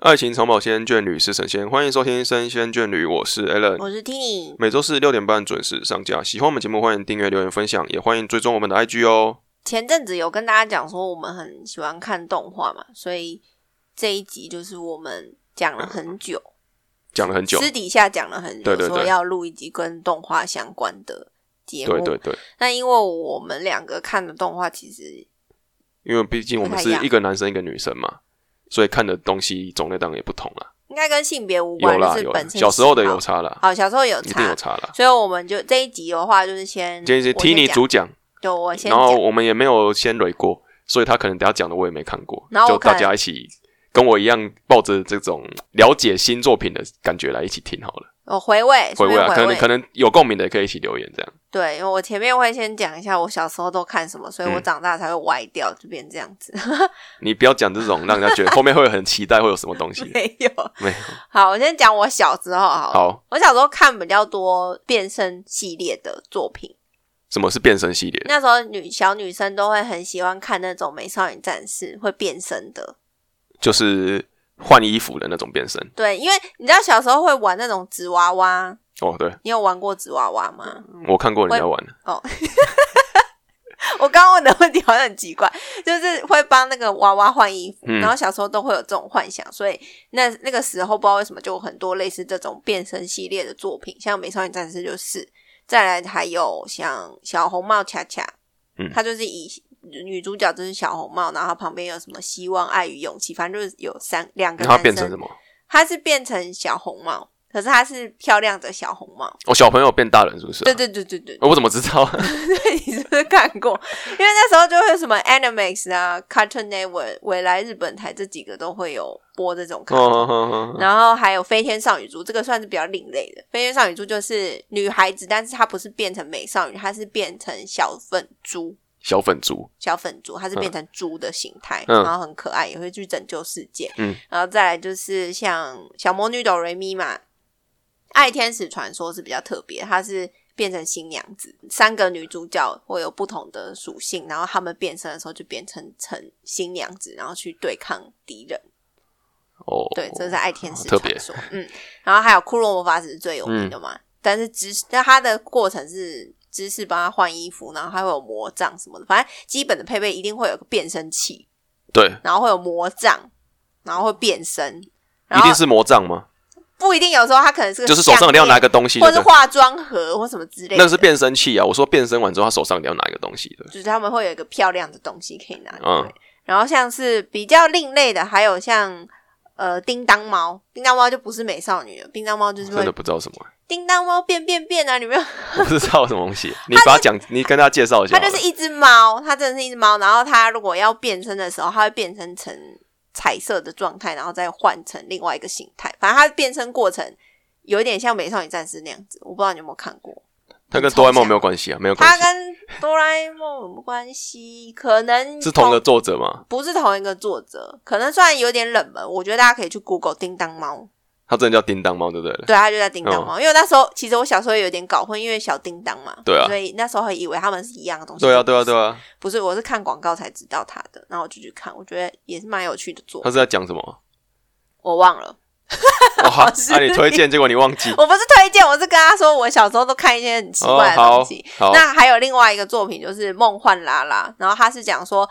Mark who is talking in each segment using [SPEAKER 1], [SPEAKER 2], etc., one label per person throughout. [SPEAKER 1] 爱情长跑仙眷侣是神仙，欢迎收听《神仙眷侣》，我是 Alan。
[SPEAKER 2] 我是 Tini，
[SPEAKER 1] 每周四六点半准时上架。喜欢我们节目，欢迎订阅、留言、分享，也欢迎追踪我们的 IG 哦。
[SPEAKER 2] 前阵子有跟大家讲说我们很喜欢看动画嘛，所以这一集就是我们讲了很久，
[SPEAKER 1] 讲了很久，
[SPEAKER 2] 私底下讲了很久，
[SPEAKER 1] 对对对
[SPEAKER 2] 说要录一集跟动画相关的节目。
[SPEAKER 1] 对对对，
[SPEAKER 2] 那因为我们两个看的动画其实
[SPEAKER 1] 因为毕竟我们
[SPEAKER 2] 不太
[SPEAKER 1] 是
[SPEAKER 2] 一样
[SPEAKER 1] 一个男生一个女生嘛，所以看的东西种类当然也不同啦。
[SPEAKER 2] 应该跟性别无
[SPEAKER 1] 有
[SPEAKER 2] 关，
[SPEAKER 1] 啦
[SPEAKER 2] 就是
[SPEAKER 1] 有啦，
[SPEAKER 2] 本身
[SPEAKER 1] 小时候的
[SPEAKER 2] 喜好
[SPEAKER 1] 有，差啦，
[SPEAKER 2] 好小时候有
[SPEAKER 1] 一定
[SPEAKER 2] 差
[SPEAKER 1] 有，差啦。
[SPEAKER 2] 所以我们就这一集的话就是先
[SPEAKER 1] 今天是
[SPEAKER 2] 我先
[SPEAKER 1] Tini
[SPEAKER 2] 讲
[SPEAKER 1] 主讲，
[SPEAKER 2] 对我先
[SPEAKER 1] 然后
[SPEAKER 2] 讲，
[SPEAKER 1] 我们也没有先雷过，所以他可能等下讲的我也没看过
[SPEAKER 2] 然，后
[SPEAKER 1] 就
[SPEAKER 2] 我可
[SPEAKER 1] 大
[SPEAKER 2] 能
[SPEAKER 1] 家一起跟我一样抱着这种了解新作品的感觉来一起听好了。
[SPEAKER 2] 我回味，
[SPEAKER 1] 回
[SPEAKER 2] 顺
[SPEAKER 1] 味
[SPEAKER 2] 便
[SPEAKER 1] 啊，可能可能有共鸣的也可以一起留言这样。
[SPEAKER 2] 对，因为我前面会先讲一下我小时候都看什么，所以我
[SPEAKER 1] 嗯
[SPEAKER 2] 长大才会歪掉，就变这样子。
[SPEAKER 1] 你不要讲这种让人家觉得后面会很期待会有什么东 西，
[SPEAKER 2] 没有，
[SPEAKER 1] 没有。
[SPEAKER 2] 好，我先讲我小时候好了
[SPEAKER 1] 好，
[SPEAKER 2] 我小时候看比较多变身系列的作品，
[SPEAKER 1] 什么是变身系列？
[SPEAKER 2] 那时候女小女生都会很喜欢看那种美少女战士会变身的。
[SPEAKER 1] 就是换衣服的那种变身。
[SPEAKER 2] 对，因为你知道小时候会玩那种纸娃娃，
[SPEAKER 1] 哦，对，
[SPEAKER 2] 你有玩过纸娃娃吗？
[SPEAKER 1] 我看过人家玩的，
[SPEAKER 2] 我刚刚问的问题好像很奇怪，就是会帮那个娃娃换衣服，
[SPEAKER 1] 嗯
[SPEAKER 2] 然后小时候都会有这种幻想，所以那那个时候不知道为什么就有很多类似这种变身系列的作品，像《美少女战士》就是，再来还有像小红帽恰恰，
[SPEAKER 1] 嗯
[SPEAKER 2] 它就是以女主角就是小红帽，然后她旁边有什么希望、爱与勇气，反正就是有三两个
[SPEAKER 1] 然
[SPEAKER 2] 男
[SPEAKER 1] 后
[SPEAKER 2] 生，
[SPEAKER 1] 变成什么？
[SPEAKER 2] 她是变成小红帽，可是她是漂亮的小红帽，
[SPEAKER 1] 哦，小朋友变大人是不是啊、
[SPEAKER 2] 对对对对对
[SPEAKER 1] 哦我怎么知 道？
[SPEAKER 2] 你是不是看过？因为那时候就会什么 Animax 啊、Cartoon Network、未来日本台这几个都会有播这种卡
[SPEAKER 1] 哦
[SPEAKER 2] 通。
[SPEAKER 1] 哦哦哦
[SPEAKER 2] 然后还有飞天少女猪，这个算是比较另类的。飞天少女猪就是女孩子，但是她不是变成美少女，她是变成小粉猪，
[SPEAKER 1] 小粉猪，
[SPEAKER 2] 小粉猪，它是变成猪的形态，
[SPEAKER 1] 嗯
[SPEAKER 2] 然后很可爱，也会去拯救世界。
[SPEAKER 1] 嗯，
[SPEAKER 2] 然后再来就是像小魔女哆瑞咪嘛，《爱天使传说》是比较特别，它是变成新娘子，三个女主角会有不同的属性，然后她们变身的时候就变成成新娘子，然后去对抗敌人。
[SPEAKER 1] 哦，
[SPEAKER 2] 对，这是《爱天使
[SPEAKER 1] 特别嗯
[SPEAKER 2] 传说》。嗯，然后还有《骷髅魔法使》是最有名的嘛，但是知识，但它的过程是知识帮他换衣服，然后还会有魔杖什么的，反正基本的配备一定会有个变身器，
[SPEAKER 1] 对，
[SPEAKER 2] 然后会有魔杖，然后会变身，然
[SPEAKER 1] 一
[SPEAKER 2] 后
[SPEAKER 1] 定是魔杖吗？
[SPEAKER 2] 不一定，有时候他可能是个
[SPEAKER 1] 就是手上一定要拿一
[SPEAKER 2] 个，
[SPEAKER 1] 个东西，
[SPEAKER 2] 或
[SPEAKER 1] 对
[SPEAKER 2] 者是
[SPEAKER 1] 不对？
[SPEAKER 2] 化妆盒或什么之类的，
[SPEAKER 1] 那个是变身器啊！我说变身完之后，他手上一定要拿一个东西的。
[SPEAKER 2] 就是他们会有一个漂亮的东西可以拿。
[SPEAKER 1] 嗯
[SPEAKER 2] 对，然后像是比较另类的，还有像呃叮当猫，叮当猫就不是美少女了，叮当猫就是
[SPEAKER 1] 真的
[SPEAKER 2] 会
[SPEAKER 1] 不知道什么，
[SPEAKER 2] 叮当猫变变变啊！你没有，
[SPEAKER 1] 我不知道什么东西。你把它讲，你跟大家介绍一下
[SPEAKER 2] 它
[SPEAKER 1] 好了。
[SPEAKER 2] 就是一只猫，它真的是一只猫。然后它如果要变身的时候，它会变身成彩色的状态，然后再换成另外一个形态。反正它的变身过程有一点像美少女战士那样子，我不知道你有没有看过。
[SPEAKER 1] 它跟哆啦 A 梦
[SPEAKER 2] 很抽象
[SPEAKER 1] 没有关系啊，没有关
[SPEAKER 2] 它
[SPEAKER 1] 系，
[SPEAKER 2] 跟哆啦 A 梦有没有关系？可 能哦
[SPEAKER 1] 是同一个作者吗？
[SPEAKER 2] 不是同一个作者，可能虽然有点冷门，我觉得大家可以去 Google 叮 当猫，
[SPEAKER 1] 他真的叫叮当猫，对不对？
[SPEAKER 2] 对，它就叫叮当猫。因为那时候其实我小时候有点搞混，因为小叮当嘛，
[SPEAKER 1] 哦对啊
[SPEAKER 2] 所以那时候还以为他们是一样的东西。
[SPEAKER 1] 对啊，对啊，对啊，
[SPEAKER 2] 不是，我是看广告才知道他的，然后我就去看，我觉得也是蛮有趣的作
[SPEAKER 1] 他
[SPEAKER 2] 品，
[SPEAKER 1] 是在讲什 么？
[SPEAKER 2] 我忘了，
[SPEAKER 1] 哦，好，
[SPEAKER 2] 是
[SPEAKER 1] 啊，你推荐，结果你忘记。
[SPEAKER 2] 我不是推荐，我是跟他说我小时候都看一些很奇
[SPEAKER 1] 哦
[SPEAKER 2] 怪，的
[SPEAKER 1] 好
[SPEAKER 2] 东西。，
[SPEAKER 1] 好，
[SPEAKER 2] 那还有另外一个作品就是《梦幻拉拉》，然后他是讲说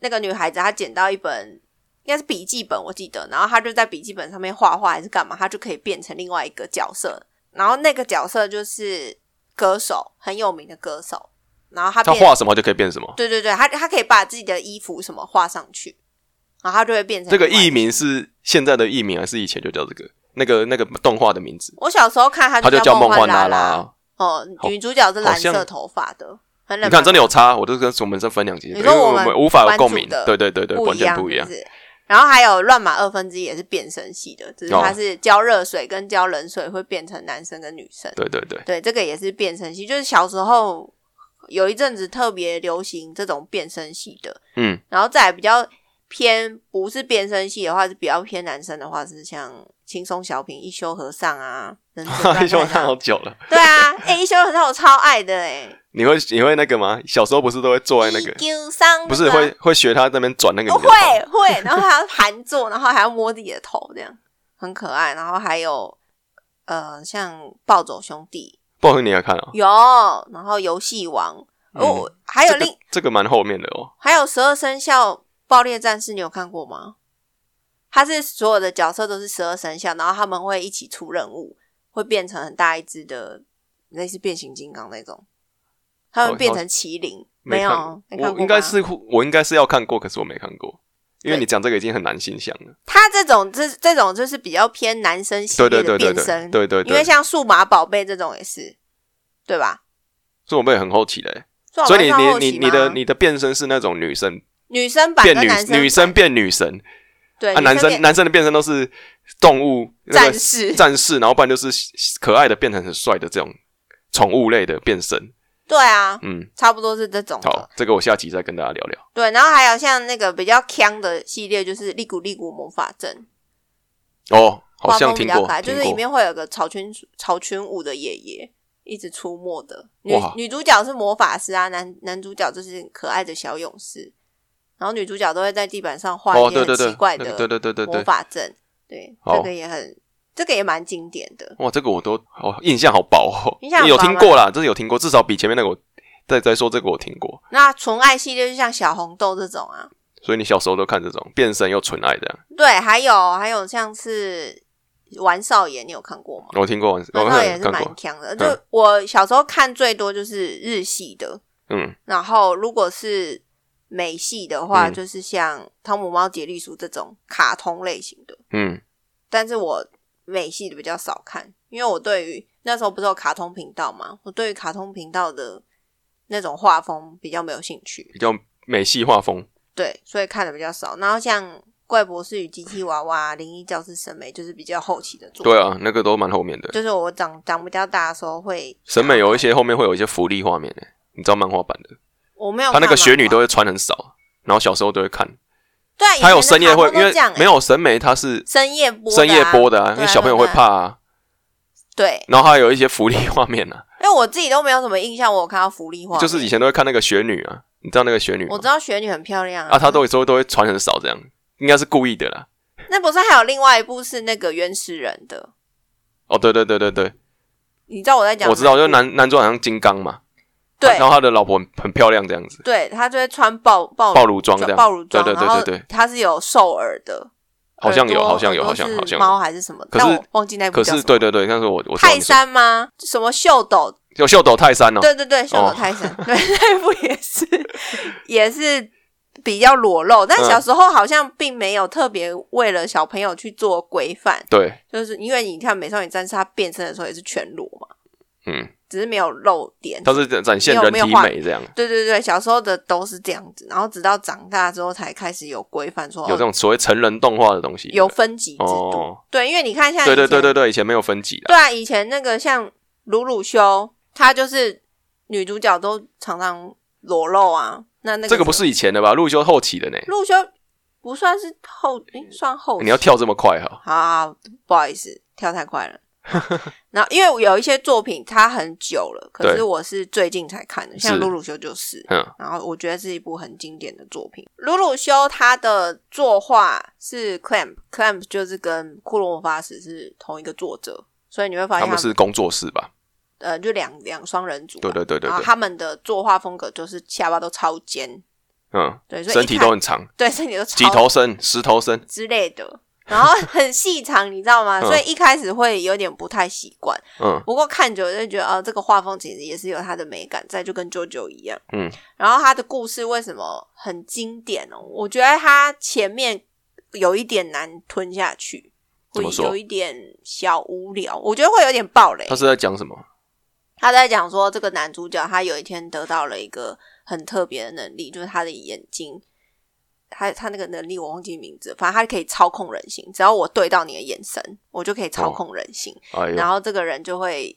[SPEAKER 2] 那个女孩子她捡到一本。应该是笔记本，我记得，然后她就在笔记本上面画画还是干嘛，她就可以变成另外一个角色，然后那个角色就是歌手，很有名的歌手，然后她
[SPEAKER 1] 他
[SPEAKER 2] 变
[SPEAKER 1] 画什么就可以变什么。
[SPEAKER 2] 对对对，他他可以把自己的衣服什么画上去，然后他就会变成
[SPEAKER 1] 这个
[SPEAKER 2] 另外一
[SPEAKER 1] 艺。名是现在的艺名，还是以前就叫这个？那个那个动画的名字，
[SPEAKER 2] 我小时候看他
[SPEAKER 1] 它就
[SPEAKER 2] 叫
[SPEAKER 1] 叫梦
[SPEAKER 2] 幻
[SPEAKER 1] 幻拉
[SPEAKER 2] 拉，
[SPEAKER 1] 拉。
[SPEAKER 2] 哦
[SPEAKER 1] 好，
[SPEAKER 2] 女主角是蓝
[SPEAKER 1] 好
[SPEAKER 2] 色
[SPEAKER 1] 像
[SPEAKER 2] 头发的，很冷
[SPEAKER 1] 你
[SPEAKER 2] 门。
[SPEAKER 1] 看，真的有差，我都跟我们在分两集，
[SPEAKER 2] 你
[SPEAKER 1] 因
[SPEAKER 2] 说
[SPEAKER 1] 为我
[SPEAKER 2] 我们
[SPEAKER 1] 们无法有共鸣
[SPEAKER 2] 关注。的
[SPEAKER 1] 对对对对，
[SPEAKER 2] 不
[SPEAKER 1] 完
[SPEAKER 2] 一
[SPEAKER 1] 全
[SPEAKER 2] 样，
[SPEAKER 1] 不一样
[SPEAKER 2] 是。是然后还有乱码二分之一也是变身系的，只是
[SPEAKER 1] 哦
[SPEAKER 2] 它是浇热水跟浇冷水会变成男生跟女生。
[SPEAKER 1] 对对对，
[SPEAKER 2] 对，这个也是变身系，就是小时候有一阵子特别流行这种变身系的，
[SPEAKER 1] 嗯，
[SPEAKER 2] 然后再来比较偏不是变声系的话，是比较偏男生的话，是像轻松小品、一休和尚啊，忍者乱
[SPEAKER 1] 一休
[SPEAKER 2] 太
[SPEAKER 1] 我看好
[SPEAKER 2] 郎，
[SPEAKER 1] 久了。
[SPEAKER 2] 对啊，哎、一休很让我超爱 的哎、
[SPEAKER 1] 你会你会那个吗？小时候不是都会坐在那个，
[SPEAKER 2] EQ 上
[SPEAKER 1] 不是会会学他那边转那个
[SPEAKER 2] 哦
[SPEAKER 1] 你的头
[SPEAKER 2] 会会，然后还要盘坐，然后还要摸自己的头，这样很可爱。然后还有呃，像暴走兄弟
[SPEAKER 1] 暴君你要看哦，
[SPEAKER 2] 有，然后游戏王哦，
[SPEAKER 1] 还
[SPEAKER 2] 还有另、
[SPEAKER 1] 嗯这个蛮后面的哦。
[SPEAKER 2] 还有十二生肖爆裂战士，你有看过吗？它是所有的角色都是十二生肖，然后他们会一起出任务，会变成很大一只的，类似变形金刚那种。他
[SPEAKER 1] 哦
[SPEAKER 2] 们变成麒麟，
[SPEAKER 1] 没
[SPEAKER 2] 没
[SPEAKER 1] 看
[SPEAKER 2] 有？没看过
[SPEAKER 1] 我应该
[SPEAKER 2] 吗
[SPEAKER 1] 是我应该是要看过，可是我没看过，因为
[SPEAKER 2] 对
[SPEAKER 1] 你讲这个已经很难心想了。
[SPEAKER 2] 他这种这这种就是比较偏男生系
[SPEAKER 1] 对
[SPEAKER 2] 列
[SPEAKER 1] 对对
[SPEAKER 2] 的
[SPEAKER 1] 对
[SPEAKER 2] 变
[SPEAKER 1] 对
[SPEAKER 2] 身，
[SPEAKER 1] 对对
[SPEAKER 2] 因为
[SPEAKER 1] 对，
[SPEAKER 2] 像数码宝贝这种也是，对吧？
[SPEAKER 1] 所以我们也很好奇嘞。
[SPEAKER 2] 数码宝
[SPEAKER 1] 所以
[SPEAKER 2] 贝
[SPEAKER 1] 你
[SPEAKER 2] 算后
[SPEAKER 1] 你
[SPEAKER 2] 期
[SPEAKER 1] 你你的
[SPEAKER 2] 吗
[SPEAKER 1] 你的变身是那种女生
[SPEAKER 2] 女生版
[SPEAKER 1] 变
[SPEAKER 2] 跟
[SPEAKER 1] 女
[SPEAKER 2] 男生
[SPEAKER 1] 女生
[SPEAKER 2] 版
[SPEAKER 1] 变女神
[SPEAKER 2] 对
[SPEAKER 1] 啊，男生
[SPEAKER 2] 变
[SPEAKER 1] 男生的变身都是动物那
[SPEAKER 2] 战
[SPEAKER 1] 个
[SPEAKER 2] 士，
[SPEAKER 1] 战士，然后不然就是可爱的变成很帅的这种宠物类的变身。
[SPEAKER 2] 对啊，
[SPEAKER 1] 嗯，
[SPEAKER 2] 差不多是这种
[SPEAKER 1] 好
[SPEAKER 2] 的。，
[SPEAKER 1] 这个我下集再跟大家聊聊。
[SPEAKER 2] 对，然后还有像那个比较强的系列，就是《利古利古魔法阵》，
[SPEAKER 1] 哦，好
[SPEAKER 2] 画
[SPEAKER 1] 像
[SPEAKER 2] 风比
[SPEAKER 1] 听
[SPEAKER 2] 较
[SPEAKER 1] 过
[SPEAKER 2] 可爱，，就
[SPEAKER 1] 听
[SPEAKER 2] 是里
[SPEAKER 1] 过。
[SPEAKER 2] 面会有个草裙草裙舞的爷爷一直出没的。女
[SPEAKER 1] 哇
[SPEAKER 2] 女主角是魔法师啊，男男主角就是可爱的小勇士，然后女主角都会在地板上画
[SPEAKER 1] 哦，
[SPEAKER 2] 一些
[SPEAKER 1] 对对
[SPEAKER 2] 很
[SPEAKER 1] 对，
[SPEAKER 2] 奇怪
[SPEAKER 1] 那个
[SPEAKER 2] 的
[SPEAKER 1] 对对对对
[SPEAKER 2] 魔
[SPEAKER 1] 对，
[SPEAKER 2] 法阵，对，
[SPEAKER 1] 好
[SPEAKER 2] 这个也很，这个也蛮经典的。
[SPEAKER 1] 哇，这个我都哦印象好薄哦，
[SPEAKER 2] 印象很薄
[SPEAKER 1] 有听过啦，这有听过，至少比前面那个我再再说这个我听过，
[SPEAKER 2] 那纯爱系列就像小红豆这种啊，
[SPEAKER 1] 所以你小时候都看这种变身又纯爱的，
[SPEAKER 2] 对，还有还有像是玩少爷，你有看过吗？
[SPEAKER 1] 我听过，我
[SPEAKER 2] 玩少
[SPEAKER 1] 哦看
[SPEAKER 2] 爷是
[SPEAKER 1] 看
[SPEAKER 2] 蛮
[SPEAKER 1] 过，
[SPEAKER 2] 强的，就我小时候看最多就是日系的，
[SPEAKER 1] 嗯，
[SPEAKER 2] 然后如果是美系的话，
[SPEAKER 1] 嗯
[SPEAKER 2] 就是像汤姆猫、杰利鼠这种卡通类型的，
[SPEAKER 1] 嗯，
[SPEAKER 2] 但是我美系的比较少看，因为我对于那时候不是有卡通频道嘛，我对于卡通频道的那种画风比较没有兴趣，
[SPEAKER 1] 比较美系画风，
[SPEAKER 2] 对，所以看的比较少。然后像《怪博士与机器娃娃》《灵异教师审美》就是比较后期的作品，
[SPEAKER 1] 对啊，那个都蛮后面的，
[SPEAKER 2] 就是我长长比较大的时候会
[SPEAKER 1] 审美有一
[SPEAKER 2] 些
[SPEAKER 1] 些后面会有一些福利画面诶，你知道漫画版的，
[SPEAKER 2] 我没有
[SPEAKER 1] 他
[SPEAKER 2] 看
[SPEAKER 1] 那个雪女
[SPEAKER 2] 哦漫
[SPEAKER 1] 都
[SPEAKER 2] 画
[SPEAKER 1] 会穿很少，然后小时候都会看，
[SPEAKER 2] 对啊，以前
[SPEAKER 1] 他有
[SPEAKER 2] 的
[SPEAKER 1] 深夜
[SPEAKER 2] 卡
[SPEAKER 1] 会，
[SPEAKER 2] 通
[SPEAKER 1] 因
[SPEAKER 2] 都
[SPEAKER 1] 为
[SPEAKER 2] 这样欸
[SPEAKER 1] 没有审美，他是
[SPEAKER 2] 深夜播
[SPEAKER 1] 深夜播的啊，
[SPEAKER 2] 对
[SPEAKER 1] 因为小朋友会
[SPEAKER 2] 对啊
[SPEAKER 1] 怕啊，
[SPEAKER 2] 对，啊
[SPEAKER 1] 然后还有一些福利画面啊，
[SPEAKER 2] 因为我自己都没有什么印象，我有看到福利画面，
[SPEAKER 1] 就是以前都会看那个雪女啊，你知道那个雪女吗
[SPEAKER 2] 我？知道雪女很漂亮
[SPEAKER 1] 啊，他都有时候都会传很少，这样应该是故意的啦。
[SPEAKER 2] 那不是还有另外一部是那个原始人的，
[SPEAKER 1] 哦，对对对对对，
[SPEAKER 2] 你知道我在讲哪一部？
[SPEAKER 1] 我知道，就是男男主好像金刚嘛，
[SPEAKER 2] 对
[SPEAKER 1] 然后他的老婆很很漂亮这样子，
[SPEAKER 2] 对，他就会穿暴暴
[SPEAKER 1] 暴乳装这样，
[SPEAKER 2] 暴哦乳装，
[SPEAKER 1] 对对
[SPEAKER 2] 然
[SPEAKER 1] 对
[SPEAKER 2] 后
[SPEAKER 1] 对对，
[SPEAKER 2] 他是有兽耳的，
[SPEAKER 1] 好像有，
[SPEAKER 2] 耳朵
[SPEAKER 1] 好像有，
[SPEAKER 2] 耳
[SPEAKER 1] 好
[SPEAKER 2] 朵
[SPEAKER 1] 像
[SPEAKER 2] 是
[SPEAKER 1] 好像
[SPEAKER 2] 猫
[SPEAKER 1] 有。
[SPEAKER 2] 还是什么，
[SPEAKER 1] 可是
[SPEAKER 2] 但我忘记那部
[SPEAKER 1] 可
[SPEAKER 2] 叫
[SPEAKER 1] 是
[SPEAKER 2] 什么
[SPEAKER 1] 对对对，但是我我知道
[SPEAKER 2] 泰
[SPEAKER 1] 你说
[SPEAKER 2] 山吗？什么秀斗？
[SPEAKER 1] 有秀斗泰山哦，
[SPEAKER 2] 对对对，秀斗
[SPEAKER 1] 哦
[SPEAKER 2] 泰山，对那部也 是也是比较裸露，
[SPEAKER 1] 嗯
[SPEAKER 2] 但小时候好像并没有特别为了小朋友去做规范，
[SPEAKER 1] 对，
[SPEAKER 2] 就是因为你看美少女战士她变身的时候也是全裸嘛，
[SPEAKER 1] 嗯，
[SPEAKER 2] 只是没有露点。
[SPEAKER 1] 他是展展现
[SPEAKER 2] 没有
[SPEAKER 1] 人
[SPEAKER 2] 没有
[SPEAKER 1] 体
[SPEAKER 2] 画
[SPEAKER 1] 美这样，
[SPEAKER 2] 对对对，小时候的都是这样子，然后直到长大之后才开始有规范说，
[SPEAKER 1] 有这
[SPEAKER 2] 哦、
[SPEAKER 1] 种所谓成人动画的东西。
[SPEAKER 2] 有分级制度。
[SPEAKER 1] 哦，
[SPEAKER 2] 对，因为你看像
[SPEAKER 1] 对对
[SPEAKER 2] 以前
[SPEAKER 1] 对对对，以前没有分级的，
[SPEAKER 2] 对啊，以前那个像鲁鲁修，她就是女主角都常常裸露啊。那那个
[SPEAKER 1] 这个不
[SPEAKER 2] 什
[SPEAKER 1] 是以前的吧？陆修后期的呢，
[SPEAKER 2] 么鲁修，不算是后，诶算后
[SPEAKER 1] 嗯
[SPEAKER 2] 期。
[SPEAKER 1] 你要跳这么快哈？
[SPEAKER 2] 好好好不好意思，跳 太快了。然后因为有一些作品它很久了，可
[SPEAKER 1] 对
[SPEAKER 2] 是我是最近才看的，像
[SPEAKER 1] 是
[SPEAKER 2] 《鲁鲁修》就是。
[SPEAKER 1] 嗯，
[SPEAKER 2] 然后我觉得是一部很经典的作品。鲁鲁修他的作画是 Clamp，Clamp 就是跟《骷髅魔法使》是同一个作者，所以你会发
[SPEAKER 1] 他
[SPEAKER 2] 现
[SPEAKER 1] 们
[SPEAKER 2] 他们
[SPEAKER 1] 是工作室吧？
[SPEAKER 2] 呃就两两双人组吧，啊
[SPEAKER 1] 对对对对
[SPEAKER 2] 然后
[SPEAKER 1] 对，
[SPEAKER 2] 他们的作画风格就是下巴都超尖，
[SPEAKER 1] 嗯，
[SPEAKER 2] 对，所以一
[SPEAKER 1] 身体
[SPEAKER 2] 看
[SPEAKER 1] 都很长，
[SPEAKER 2] 对身体都超
[SPEAKER 1] 几头身、十头身，
[SPEAKER 2] 之类的，然后很细长，你知道吗？
[SPEAKER 1] 嗯
[SPEAKER 2] 所以一开始会有点不太习惯，
[SPEAKER 1] 嗯
[SPEAKER 2] 不过看久了就觉得，哦，这个画风其实也是有它的美感在，就跟 JoJo 一样。
[SPEAKER 1] 嗯，
[SPEAKER 2] 然后它的故事为什么很经典哦？我觉得它前面有一点难吞下去，
[SPEAKER 1] 怎
[SPEAKER 2] 会
[SPEAKER 1] 么说
[SPEAKER 2] 有一点小无聊，我觉得会有点暴雷
[SPEAKER 1] 他。是在讲什么？
[SPEAKER 2] 他在讲说，这个男主角他有一天得到了一个很特别的能力，就是他的眼睛，他他那个能力我忘记名字，反正他可以操控人心，只要我对到你的眼神，我就可以操控人心。
[SPEAKER 1] 哎呦
[SPEAKER 2] 然，后这个人就会，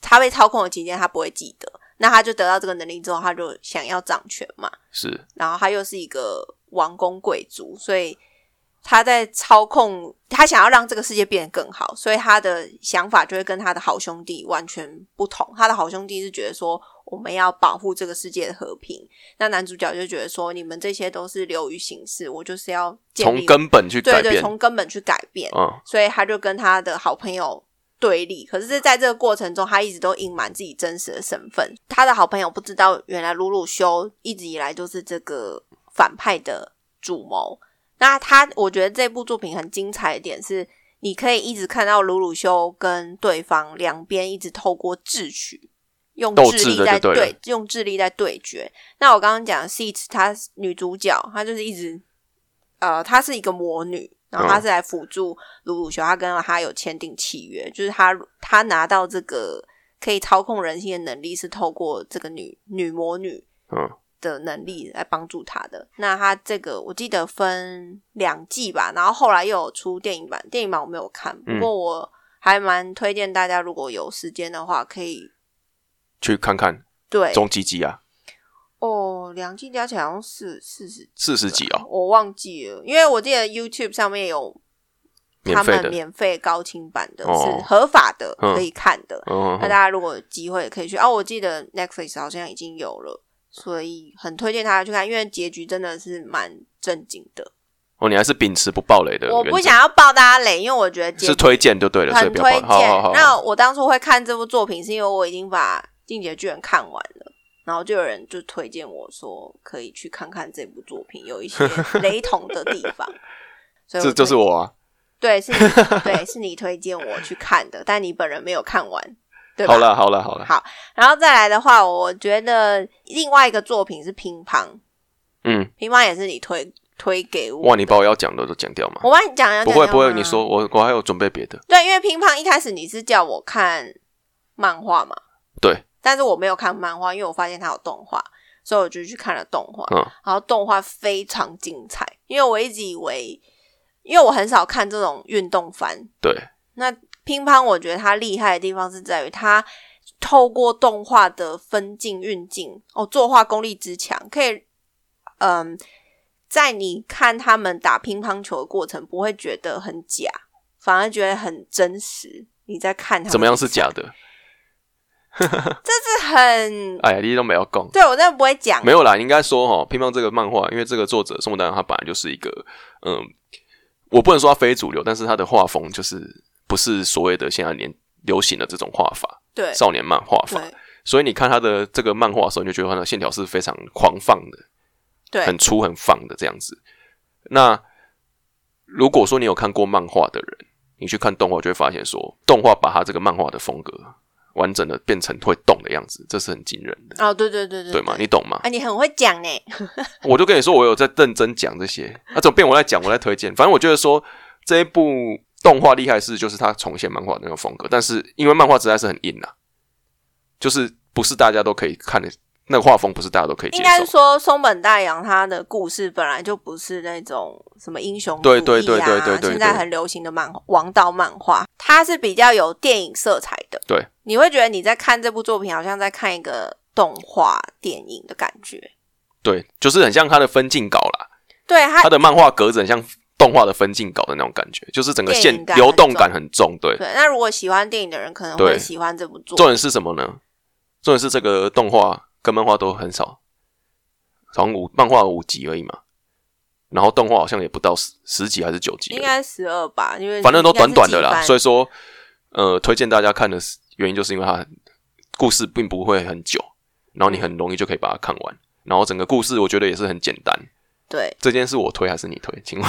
[SPEAKER 2] 他被操控的期间，他不会记得。那他就得到这个能力之后，他就想要掌权嘛。
[SPEAKER 1] 是
[SPEAKER 2] 然后他又是一个王公贵族，所以他在操控，他想要让这个世界变得更好，所以他的想法就会跟他的好兄弟完全不同。他的好兄弟是觉得说，我们要保护这个世界的和平，那男主角就觉得说，你们这些都是流于形式，我就是要建
[SPEAKER 1] 从
[SPEAKER 2] 立
[SPEAKER 1] 根本去改
[SPEAKER 2] 对
[SPEAKER 1] 变
[SPEAKER 2] 对，，从根本去改变。
[SPEAKER 1] 嗯，
[SPEAKER 2] 所以他就跟他的好朋友对立。可是，在这个过程中，他一直都隐瞒自己真实的身份。他的好朋友不知道，原来鲁鲁修一直以来都是这个反派的主谋。那他，我觉得这部作品很精彩的点是，你可以一直看到鲁鲁修跟对方两边一直透过智取。用
[SPEAKER 1] 斗
[SPEAKER 2] 智
[SPEAKER 1] 智
[SPEAKER 2] 力
[SPEAKER 1] 的
[SPEAKER 2] 在
[SPEAKER 1] 就对了
[SPEAKER 2] 对，用智力在对决。那我刚刚讲 Seats，她女主角，她就是一直呃，她是一个魔女，然后她是来辅助鲁鲁修，她跟她有签订契约，就是她她拿到这个可以操控人心的能力是透过这个女女魔女
[SPEAKER 1] 嗯
[SPEAKER 2] 的能力来帮助她的。那她这个我记得分两季吧，然后后来又有出电影版，电影版我没有看，不
[SPEAKER 1] 嗯
[SPEAKER 2] 过我还蛮推荐大家，如果有时间的话，可以
[SPEAKER 1] 去看看
[SPEAKER 2] 对
[SPEAKER 1] 中几集啊，
[SPEAKER 2] 哦，两季加起来好像四四十
[SPEAKER 1] 四十集哦，
[SPEAKER 2] 我忘记了，因为我记得 YouTube 上面有
[SPEAKER 1] 免
[SPEAKER 2] 他
[SPEAKER 1] 费
[SPEAKER 2] 们
[SPEAKER 1] 的，
[SPEAKER 2] 免费高清版的，
[SPEAKER 1] 哦
[SPEAKER 2] 是合法的，
[SPEAKER 1] 嗯
[SPEAKER 2] 可以看的。
[SPEAKER 1] 嗯，
[SPEAKER 2] 那大
[SPEAKER 1] 嗯
[SPEAKER 2] 家如果有机会也可以去啊，我记得 Netflix 好像已经有了，所以很推荐大家去看，因为结局真的是蛮震惊的。
[SPEAKER 1] 哦，你还是秉持不暴雷的原则，
[SPEAKER 2] 我不想要爆大家雷，因为我觉得结
[SPEAKER 1] 是推荐就对了，所以
[SPEAKER 2] 很
[SPEAKER 1] 不要
[SPEAKER 2] 推
[SPEAKER 1] 暴
[SPEAKER 2] 荐。
[SPEAKER 1] 好好好，
[SPEAKER 2] 那我当初会看这部作品，是因为我已经把《进击的巨人》看完了，然后就有人就推荐我说可以去看看这部作品，有一些雷同的地 方。所以
[SPEAKER 1] 这
[SPEAKER 2] 我
[SPEAKER 1] 就是
[SPEAKER 2] 推
[SPEAKER 1] 我啊，
[SPEAKER 2] 对，是你对，是你推荐我去看的，但你本人没有看完，对吧？
[SPEAKER 1] 好了好了好了，
[SPEAKER 2] 然后再来的话，我觉得另外一个作品是乒乓，
[SPEAKER 1] 嗯，
[SPEAKER 2] 乒乓也是你推推给我，
[SPEAKER 1] 哇，你把我要讲的都讲掉嘛，
[SPEAKER 2] 我帮你讲讲，
[SPEAKER 1] 不会
[SPEAKER 2] 讲
[SPEAKER 1] 不会，
[SPEAKER 2] 吗
[SPEAKER 1] 你说我我还有准备别的，
[SPEAKER 2] 对，因为乒乓一开始你是叫我看漫画嘛，
[SPEAKER 1] 对，
[SPEAKER 2] 但是我没有看漫画，因为我发现它有动画，所以我就去看了动画。
[SPEAKER 1] 嗯，
[SPEAKER 2] 然后动画非常精彩，因为我一直以为，因为我很少看这种运动番。
[SPEAKER 1] 对，
[SPEAKER 2] 乒乓我觉得它厉害的地方是在于它透过动画的分镜运镜，哦，作画功力之强，可以，嗯，在你看他们打乒乓球的过程，不会觉得很假，反而觉得很真实。你在看他们
[SPEAKER 1] 怎么样
[SPEAKER 2] 比
[SPEAKER 1] 是
[SPEAKER 2] 赛
[SPEAKER 1] 假的？
[SPEAKER 2] 是很
[SPEAKER 1] 哎呀，你都没有讲。
[SPEAKER 2] 对我真的不会讲，
[SPEAKER 1] 没有啦，应该说哈，乒乓这个漫画，因为这个作者宋丹丹他本来就是一个，嗯，我不能说他非主流，但是他的画风就是不是所谓的现在年流行的这种画法，
[SPEAKER 2] 对
[SPEAKER 1] 少年漫画法。
[SPEAKER 2] 对
[SPEAKER 1] 所以你看他的这个漫画的时候，你就觉得他的线条是非常狂放的，
[SPEAKER 2] 对
[SPEAKER 1] 很粗很放的这样子。那如果说你有看过漫画的人，你去看动画，就会发现说，动画把他这个漫画的风格完整的变成会动的样子，这是很惊人的，
[SPEAKER 2] 哦，对对对对
[SPEAKER 1] 对吗？你懂吗？
[SPEAKER 2] 啊，你很会讲呢，
[SPEAKER 1] 我就跟你说，我有在认真讲这些，那、怎么变我在讲，我在推荐。反正我觉得说这一部动画厉害的是，就是它重现漫画的那种风格，但是因为漫画实在是很硬啊，就是不是大家都可以看的，那个画风不是大家都可以接
[SPEAKER 2] 应该是
[SPEAKER 1] 受。
[SPEAKER 2] 说松本大洋他的故事本来就不是那种什么英雄主
[SPEAKER 1] 对
[SPEAKER 2] 义啊，
[SPEAKER 1] 对对对对对对
[SPEAKER 2] 现在很流行的漫王道漫画，它是比较有电影色彩的，
[SPEAKER 1] 对，
[SPEAKER 2] 你会觉得你在看这部作品，好像在看一个动画电影的感觉。
[SPEAKER 1] 对，就是很像它的分镜稿啦，
[SPEAKER 2] 对，它
[SPEAKER 1] 它的漫画格子很像动画的分镜稿的那种感觉，就是整个
[SPEAKER 2] 电
[SPEAKER 1] 线
[SPEAKER 2] 影感
[SPEAKER 1] 流
[SPEAKER 2] 很
[SPEAKER 1] 动
[SPEAKER 2] 重
[SPEAKER 1] 感很重。对，
[SPEAKER 2] 对，那如果喜欢电影的人，可能
[SPEAKER 1] 对
[SPEAKER 2] 会喜欢这部
[SPEAKER 1] 重
[SPEAKER 2] 作品。
[SPEAKER 1] 点是什么呢？重点是这个动画跟漫画都很少，好像五漫画五集而已嘛，然后动画好像也不到十十集还是九集而已，
[SPEAKER 2] 应该十二吧，因为
[SPEAKER 1] 反正都短短的
[SPEAKER 2] 应该
[SPEAKER 1] 啦。
[SPEAKER 2] 是季番
[SPEAKER 1] 所以说，呃，推荐大家看的是原因就是因为它故事并不会很久，然后你很容易就可以把它看完，然后整个故事我觉得也是很简单。
[SPEAKER 2] 对
[SPEAKER 1] 这件事我推还是你推？请问，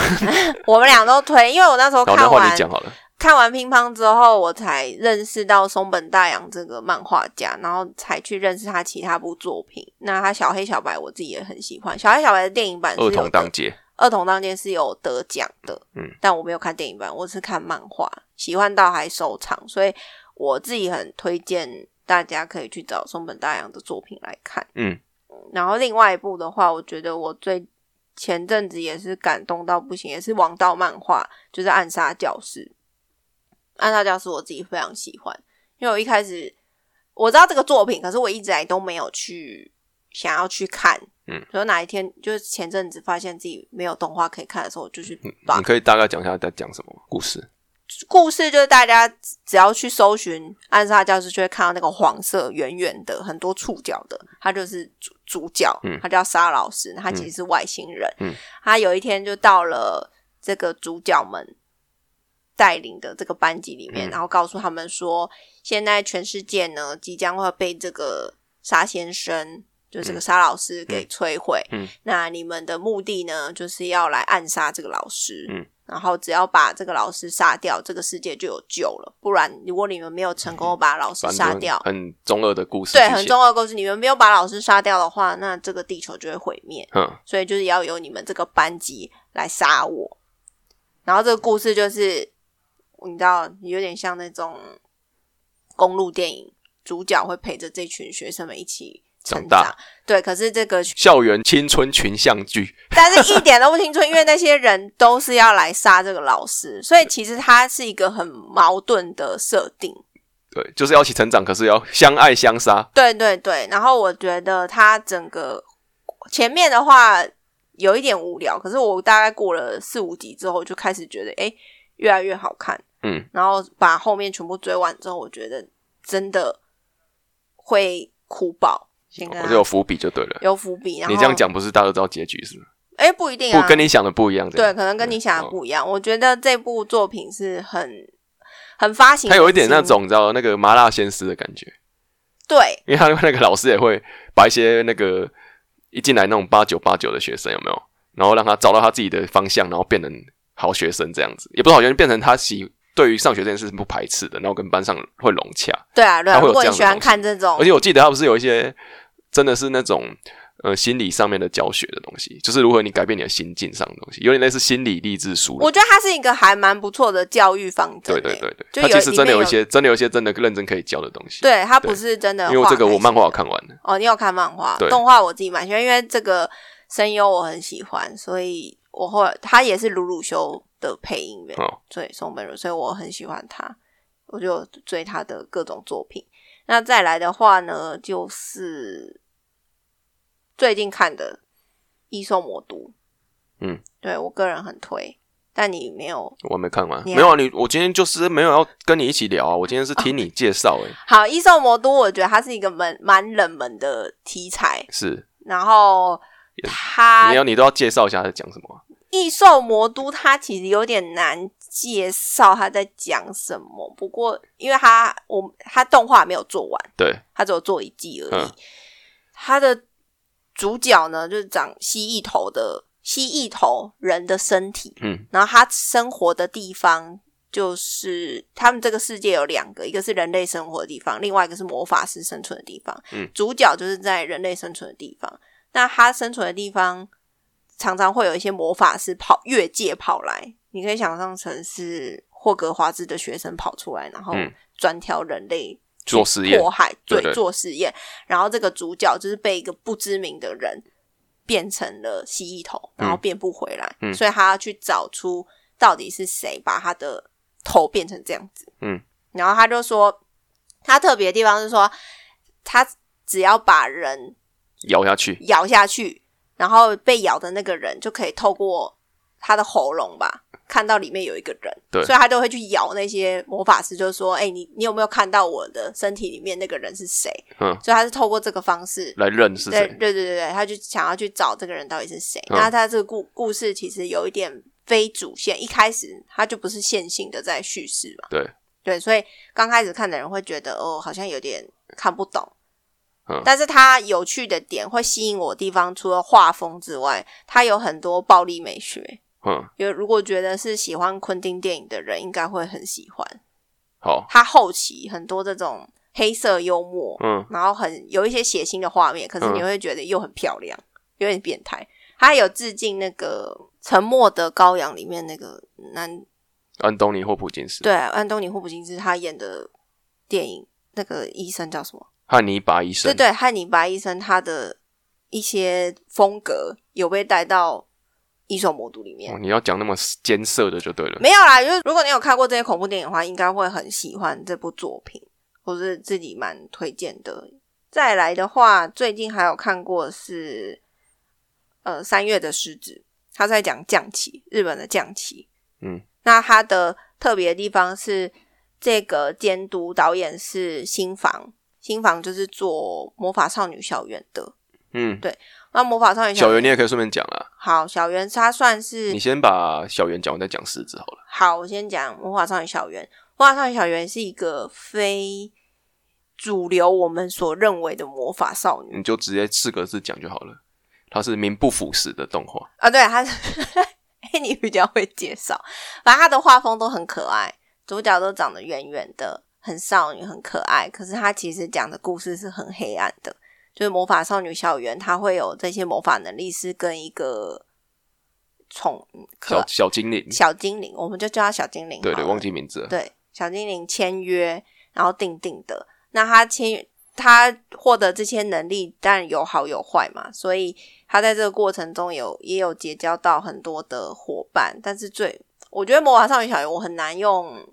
[SPEAKER 2] 我们俩都推，因为我那时候
[SPEAKER 1] 然后那
[SPEAKER 2] 看
[SPEAKER 1] 换你
[SPEAKER 2] 完
[SPEAKER 1] 讲好了。
[SPEAKER 2] 看完乒乓之后，我才认识到松本大洋这个漫画家，然后才去认识他其他部作品。那他小黑小白我自己也很喜欢，小黑小白的电影版是
[SPEAKER 1] 二
[SPEAKER 2] 有
[SPEAKER 1] 童
[SPEAKER 2] 得
[SPEAKER 1] 当街，
[SPEAKER 2] 儿童当间是有得奖的，
[SPEAKER 1] 嗯，
[SPEAKER 2] 但我没有看电影版，我是看漫画，喜欢到还收藏，所以我自己很推荐大家可以去找松本大洋的作品来看。
[SPEAKER 1] 嗯，
[SPEAKER 2] 然后另外一部的话，我觉得我最前阵子也是感动到不行，也是王道漫画，就是《暗杀教室》。《暗杀教室》我自己非常喜欢，因为我一开始我知道这个作品，可是我一直以来都没有去想要去看。
[SPEAKER 1] 嗯，
[SPEAKER 2] 比如哪一天就是前阵子发现自己没有动画可以看的时候，我就去把
[SPEAKER 1] 嗯你可以大概讲一下在讲什么吗故事？
[SPEAKER 2] 故事就是大家只要去搜寻暗杀教室，就会看到那个黄色圆圆的很多触角的，他就是主主角
[SPEAKER 1] 嗯，
[SPEAKER 2] 他叫沙老师，他其实是外星人。
[SPEAKER 1] 嗯
[SPEAKER 2] 他有一天就到了这个主角们带领的这个班级里
[SPEAKER 1] 嗯
[SPEAKER 2] 面，然后告诉他们说，现在全世界呢即将会被这个沙先生。就是这个沙老师给摧毁，
[SPEAKER 1] 嗯
[SPEAKER 2] 那你们的目的呢，就是要来暗杀这个老师，
[SPEAKER 1] 嗯
[SPEAKER 2] 然后只要把这个老师杀掉，这个世界就有救了。不然，如果你们没有成功把老
[SPEAKER 1] 嗯
[SPEAKER 2] 师
[SPEAKER 1] 反
[SPEAKER 2] 杀
[SPEAKER 1] 正
[SPEAKER 2] 掉，
[SPEAKER 1] 很中二的故事，
[SPEAKER 2] 对，很。重要的故事，你们没有把老师杀掉的话，那这个地球就会毁灭。
[SPEAKER 1] 嗯，
[SPEAKER 2] 所以就是要由你们这个班级来杀我。然后这个故事就是，你知道，有点像那种公路电影，主角会陪着这群学生们一起成
[SPEAKER 1] 长大
[SPEAKER 2] 长对，可是这个
[SPEAKER 1] 校园青春群像剧，
[SPEAKER 2] 但是一点都不青春，因为那些人都是要来杀这个老师，所以其实它是一个很矛盾的设定。
[SPEAKER 1] 对，就是要一起成长，可是要相爱相杀。
[SPEAKER 2] 对对对，然后我觉得它整个前面的话有一点无聊，可是我大概过了四五集之后，我就开始觉得哎越来越好看，
[SPEAKER 1] 嗯，
[SPEAKER 2] 然后把后面全部追完之后，我觉得真的会哭爆，先跟
[SPEAKER 1] 哦我
[SPEAKER 2] 大
[SPEAKER 1] 就
[SPEAKER 2] 家
[SPEAKER 1] 有伏笔就对了。
[SPEAKER 2] 有伏啊笔。然后
[SPEAKER 1] 你这样，讲不是大家都知道结局是吗？
[SPEAKER 2] 哎不一定啊，
[SPEAKER 1] 不跟你想的不一样，这
[SPEAKER 2] 对，
[SPEAKER 1] 样
[SPEAKER 2] 可能跟你想
[SPEAKER 1] 嗯
[SPEAKER 2] 的不一样。我觉得这部作品是很很发行，
[SPEAKER 1] 它有一点那，种你知道那个麻辣鲜师的感觉，
[SPEAKER 2] 对
[SPEAKER 1] 因为他那个老师也会把一些那个一进来那种八九八九的学生有没有，然后让他找到他自己的方向，然后变成好学生这样子，也不是好学生，变成他喜对于上学这件事是不排斥的，然后跟班上会融洽。
[SPEAKER 2] 对啊，对啊。
[SPEAKER 1] 它会有
[SPEAKER 2] 如果
[SPEAKER 1] 这样的
[SPEAKER 2] 你喜欢
[SPEAKER 1] 东西嗯
[SPEAKER 2] 看这种
[SPEAKER 1] 而，且我记得他不是有一些真的是那种呃心理上面的教学的东西，就是如何你改变你的心境上的东西，有点类似心理励志书。
[SPEAKER 2] 我觉得它是一个还蛮不错的教育方针
[SPEAKER 1] 对对
[SPEAKER 2] 欸。
[SPEAKER 1] 对对，
[SPEAKER 2] 就
[SPEAKER 1] 它
[SPEAKER 2] 有
[SPEAKER 1] 其实
[SPEAKER 2] 里
[SPEAKER 1] 真的
[SPEAKER 2] 面
[SPEAKER 1] 有一
[SPEAKER 2] 有
[SPEAKER 1] 些真的有一些真的认真可以教的东西。
[SPEAKER 2] 对它不
[SPEAKER 1] 对
[SPEAKER 2] 是真的画
[SPEAKER 1] 因
[SPEAKER 2] 开
[SPEAKER 1] 为
[SPEAKER 2] 始的。
[SPEAKER 1] 我这个我漫画我看完了，
[SPEAKER 2] 哦，你有看漫画，
[SPEAKER 1] 对
[SPEAKER 2] 动画我自己蛮喜欢，因为这个声优我很喜欢，所以我后来他也是鲁鲁修的配音员，
[SPEAKER 1] 哦
[SPEAKER 2] 对松本鲁，所以我很喜欢他，我就追他的各种作品。那再来的话呢，就是最近看的《异兽魔都》，
[SPEAKER 1] 嗯，
[SPEAKER 2] 对我个人很推，但你没有
[SPEAKER 1] 我还没看完。
[SPEAKER 2] 你
[SPEAKER 1] 没有啊，你我今天就是没有要跟你一起聊啊，我今天是听你介绍欸诶、
[SPEAKER 2] 好，《异兽魔都》我觉得它是一个蛮蛮冷门的题材，
[SPEAKER 1] 是
[SPEAKER 2] 然后
[SPEAKER 1] 也
[SPEAKER 2] 它
[SPEAKER 1] 你要你都要介绍一下在讲什么啊。
[SPEAKER 2] 异兽魔都它其实有点难介绍它在讲什么，不过因为它我它动画没有做完，
[SPEAKER 1] 对，
[SPEAKER 2] 它只有做一季而已
[SPEAKER 1] 嗯。
[SPEAKER 2] 它的主角呢就是长蜥蜴头的蜥蜴头人的身体，
[SPEAKER 1] 嗯
[SPEAKER 2] 然后他生活的地方就是他们这个世界有两个，一个是人类生活的地方，另外一个是魔法师生存的地方。
[SPEAKER 1] 嗯，
[SPEAKER 2] 主角就是在人类生存的地方。那他生存的地方常常会有一些魔法师跑越界跑来，你可以想象成是霍格华兹的学生跑出来，然后
[SPEAKER 1] 嗯
[SPEAKER 2] 专挑人类
[SPEAKER 1] 做实验
[SPEAKER 2] 迫害，
[SPEAKER 1] 对
[SPEAKER 2] 对，
[SPEAKER 1] 对
[SPEAKER 2] 做实验。然后这个主角就是被一个不知名的人变成了蜥蜴头，然后变不回来，
[SPEAKER 1] 嗯
[SPEAKER 2] 所以他要去找出到底是谁把他的头变成这样子。
[SPEAKER 1] 嗯，
[SPEAKER 2] 然后他就说，他特别的地方是说，他只要把人
[SPEAKER 1] 咬下去。
[SPEAKER 2] 咬下去，然后被咬的那个人就可以透过他的喉咙吧，看到里面有一个人，
[SPEAKER 1] 对
[SPEAKER 2] 所以他就会去咬那些魔法师，就说：“哎、你你有没有看到我的身体里面那个人是谁？”
[SPEAKER 1] 嗯，
[SPEAKER 2] 所以他是透过这个方式。
[SPEAKER 1] 来认是
[SPEAKER 2] 对
[SPEAKER 1] 谁？
[SPEAKER 2] 对对对对，他就想要去找这个人到底是谁。
[SPEAKER 1] 嗯
[SPEAKER 2] 那他这个故故事其实有一点非主线，一开始他就不是线性的在叙事嘛。
[SPEAKER 1] 对
[SPEAKER 2] 对，所以刚开始看的人会觉得哦，好像有点看不懂。
[SPEAKER 1] 嗯
[SPEAKER 2] 但是它有趣的点会吸引我的地方，除了画风之外，它有很多暴力美学。
[SPEAKER 1] 嗯，
[SPEAKER 2] 因为如果觉得是喜欢昆汀电影的人，应该会很喜欢。
[SPEAKER 1] 好，
[SPEAKER 2] 它后期很多这种黑色幽默，
[SPEAKER 1] 嗯，
[SPEAKER 2] 然后很有一些血腥的画面，可是
[SPEAKER 1] 嗯
[SPEAKER 2] 你会觉得又很漂亮，有点变态。它有致敬那个《沉默的羔羊》里面那个男
[SPEAKER 1] 安东尼霍普金斯，
[SPEAKER 2] 对，啊安东尼·霍普金斯他演的电影，那个医生叫什么？
[SPEAKER 1] 汉尼拔医
[SPEAKER 2] 对
[SPEAKER 1] 生，
[SPEAKER 2] 对，汉尼拔医生他的一些风格有被带到《异兽魔都》里面
[SPEAKER 1] 哦。你要讲那么艰涩的就对 了。
[SPEAKER 2] 没有啦，就是如果你有看过这些恐怖电影的话，应该会很喜欢这部作品，我是自己蛮推荐的。再来的话，最近还有看过是，呃，三月的狮子，他在讲降旗，日本的降旗。
[SPEAKER 1] 嗯，
[SPEAKER 2] 那它的特别的地方是，这个监督导演是新房，新房就是做《魔法少女小圆》的。
[SPEAKER 1] 嗯，
[SPEAKER 2] 那《魔法少女
[SPEAKER 1] 小
[SPEAKER 2] 小圆
[SPEAKER 1] 圆》你也可以顺便讲啦。
[SPEAKER 2] 好，小圆它算是
[SPEAKER 1] 你先把小圆讲完，再讲狮子好了。
[SPEAKER 2] 好，我先讲《魔法少女小圆》。《魔法少女小圆》是一个非主流我们所认为的魔法少女
[SPEAKER 1] 你就直接四个字讲就好了。它是名不副实的动画，
[SPEAKER 2] 啊，对，她是 哎，你比较会介绍。反正她的画风都很可爱，主角都长得圆圆的，很少女，很可爱。可是她其实讲的故事是很黑暗的，就是魔法少女小圆，她会有这些魔法能力，是跟一个宠可
[SPEAKER 1] 小小精灵。
[SPEAKER 2] 啊小精灵，我们就叫她小精灵。
[SPEAKER 1] 对对，
[SPEAKER 2] 好了
[SPEAKER 1] 忘记名字了。
[SPEAKER 2] 对，小精灵签约，然后定定的。那他签他获得这些能力，当然有好有坏嘛，所以他在这个过程中有也有结交到很多的伙伴。但是最我觉得《魔法少女小圆》，我很难用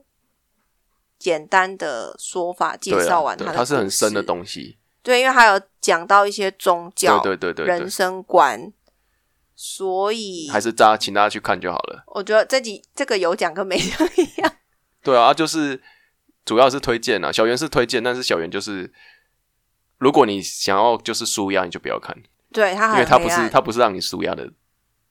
[SPEAKER 2] 简单的说法介
[SPEAKER 1] 对啊
[SPEAKER 2] 绍完
[SPEAKER 1] 对
[SPEAKER 2] 它的
[SPEAKER 1] 它是很
[SPEAKER 2] 故
[SPEAKER 1] 深的
[SPEAKER 2] 事
[SPEAKER 1] 东西。
[SPEAKER 2] 对，因为他有讲到一些宗
[SPEAKER 1] 对
[SPEAKER 2] 教、
[SPEAKER 1] 对对对
[SPEAKER 2] 人
[SPEAKER 1] 对，
[SPEAKER 2] 生观，所以
[SPEAKER 1] 还是大家请大家去看就好了。
[SPEAKER 2] 我觉得这集这个有讲跟没讲 一样。
[SPEAKER 1] 对啊，就是主要是推荐啊，小圆是推荐，但是小圆就是，如果你想要就是舒压，你就不要看，
[SPEAKER 2] 啊对他
[SPEAKER 1] 因
[SPEAKER 2] 很
[SPEAKER 1] 为它
[SPEAKER 2] 黑
[SPEAKER 1] 不是
[SPEAKER 2] 暗
[SPEAKER 1] 它不是让你舒压的，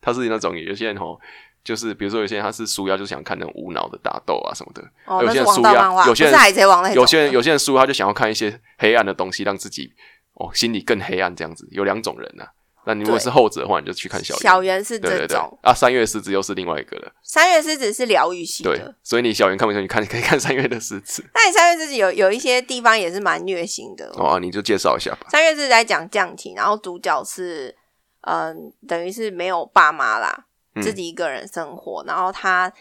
[SPEAKER 1] 它是那种有些人吼，就是比如说有些人他是舒压就想看那种无脑的打斗啊什么的，
[SPEAKER 2] 哦，
[SPEAKER 1] 有
[SPEAKER 2] 那
[SPEAKER 1] 些
[SPEAKER 2] 是
[SPEAKER 1] 人
[SPEAKER 2] 王
[SPEAKER 1] 输
[SPEAKER 2] 道
[SPEAKER 1] 压
[SPEAKER 2] 漫画，
[SPEAKER 1] 有些
[SPEAKER 2] 不
[SPEAKER 1] 人
[SPEAKER 2] 是海贼王那种的。
[SPEAKER 1] 有些人有些人舒压就想要看一些黑暗的东西，让自己哦心里更黑暗这样子，有两种人呐、啊。那你如果
[SPEAKER 2] 对
[SPEAKER 1] 是后者的话，你就去看小圆。
[SPEAKER 2] 小圆是
[SPEAKER 1] 对
[SPEAKER 2] 这
[SPEAKER 1] 对对
[SPEAKER 2] 种，
[SPEAKER 1] 啊，三月狮子又是另外一个了。
[SPEAKER 2] 三月狮子是疗愈系
[SPEAKER 1] 对
[SPEAKER 2] 的。，
[SPEAKER 1] 所以你小圆看不下去，你看可以看三月的狮子。
[SPEAKER 2] 那你三月狮子有有一些地方也是蛮虐心的。
[SPEAKER 1] 哦，啊你就介绍一下吧。
[SPEAKER 2] 三月狮子在讲降体，然后主角是嗯、等于是没有爸妈啦，
[SPEAKER 1] 嗯
[SPEAKER 2] 自己一个人生活，然后他。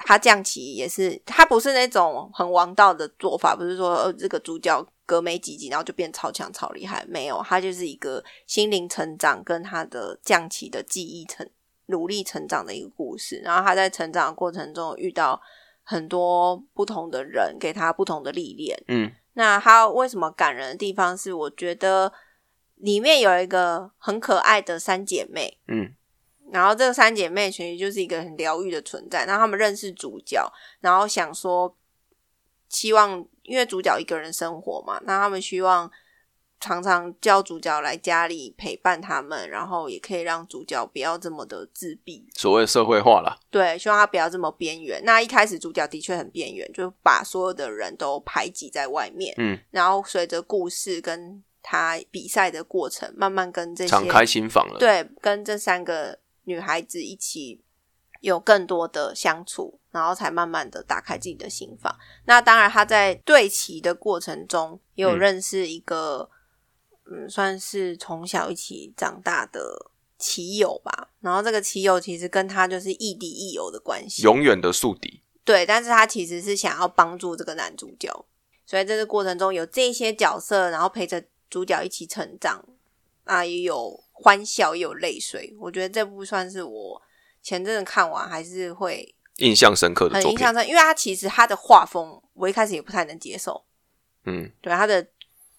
[SPEAKER 2] 他降旗也是，他不是那种很王道的做法，不是说呃这个主角隔没几集然后就变超强超厉害，没有，他就是一个心灵成长跟他的降旗的记忆成努力成长的一个故事。然后他在成长的过程中遇到很多不同的人，给他不同的历练，
[SPEAKER 1] 嗯，
[SPEAKER 2] 那它为什么感人的地方是，我觉得里面有一个很可爱的三姐妹，
[SPEAKER 1] 嗯，
[SPEAKER 2] 然后这个三姐妹其实就是一个很疗愈的存在。然后她们认识主角，然后想说，希望因为主角一个人生活嘛，那他们希望常常叫主角来家里陪伴他们，然后也可以让主角不要这么的自闭，
[SPEAKER 1] 所谓社会化啦，
[SPEAKER 2] 对，希望他不要这么边缘。那一开始主角的确很边缘，就把所有的人都排挤在外面。
[SPEAKER 1] 嗯，
[SPEAKER 2] 然后随着故事跟他比赛的过程，慢慢跟这些
[SPEAKER 1] 敞开心房了。
[SPEAKER 2] 对跟这三个女孩子一起有更多的相处，然后才慢慢的打开自己的心房。那当然，他在对棋的过程中，也有
[SPEAKER 1] 嗯
[SPEAKER 2] 认识一个嗯算是从小一起长大的棋友吧。然后这个棋友其实跟他就是亦敌亦友的关系，
[SPEAKER 1] 永远的宿敌。
[SPEAKER 2] 对，但是他其实是想要帮助这个男主角，所以在这过程中有这些角色，然后陪着主角一起成长，啊，也有欢笑，也有泪水。我觉得这部算是我前阵子看完还是会
[SPEAKER 1] 印象深刻的
[SPEAKER 2] 很
[SPEAKER 1] 作
[SPEAKER 2] 印
[SPEAKER 1] 品
[SPEAKER 2] 象，深，因为他其实他的画风我一开始也不太能接受，
[SPEAKER 1] 嗯，
[SPEAKER 2] 对他的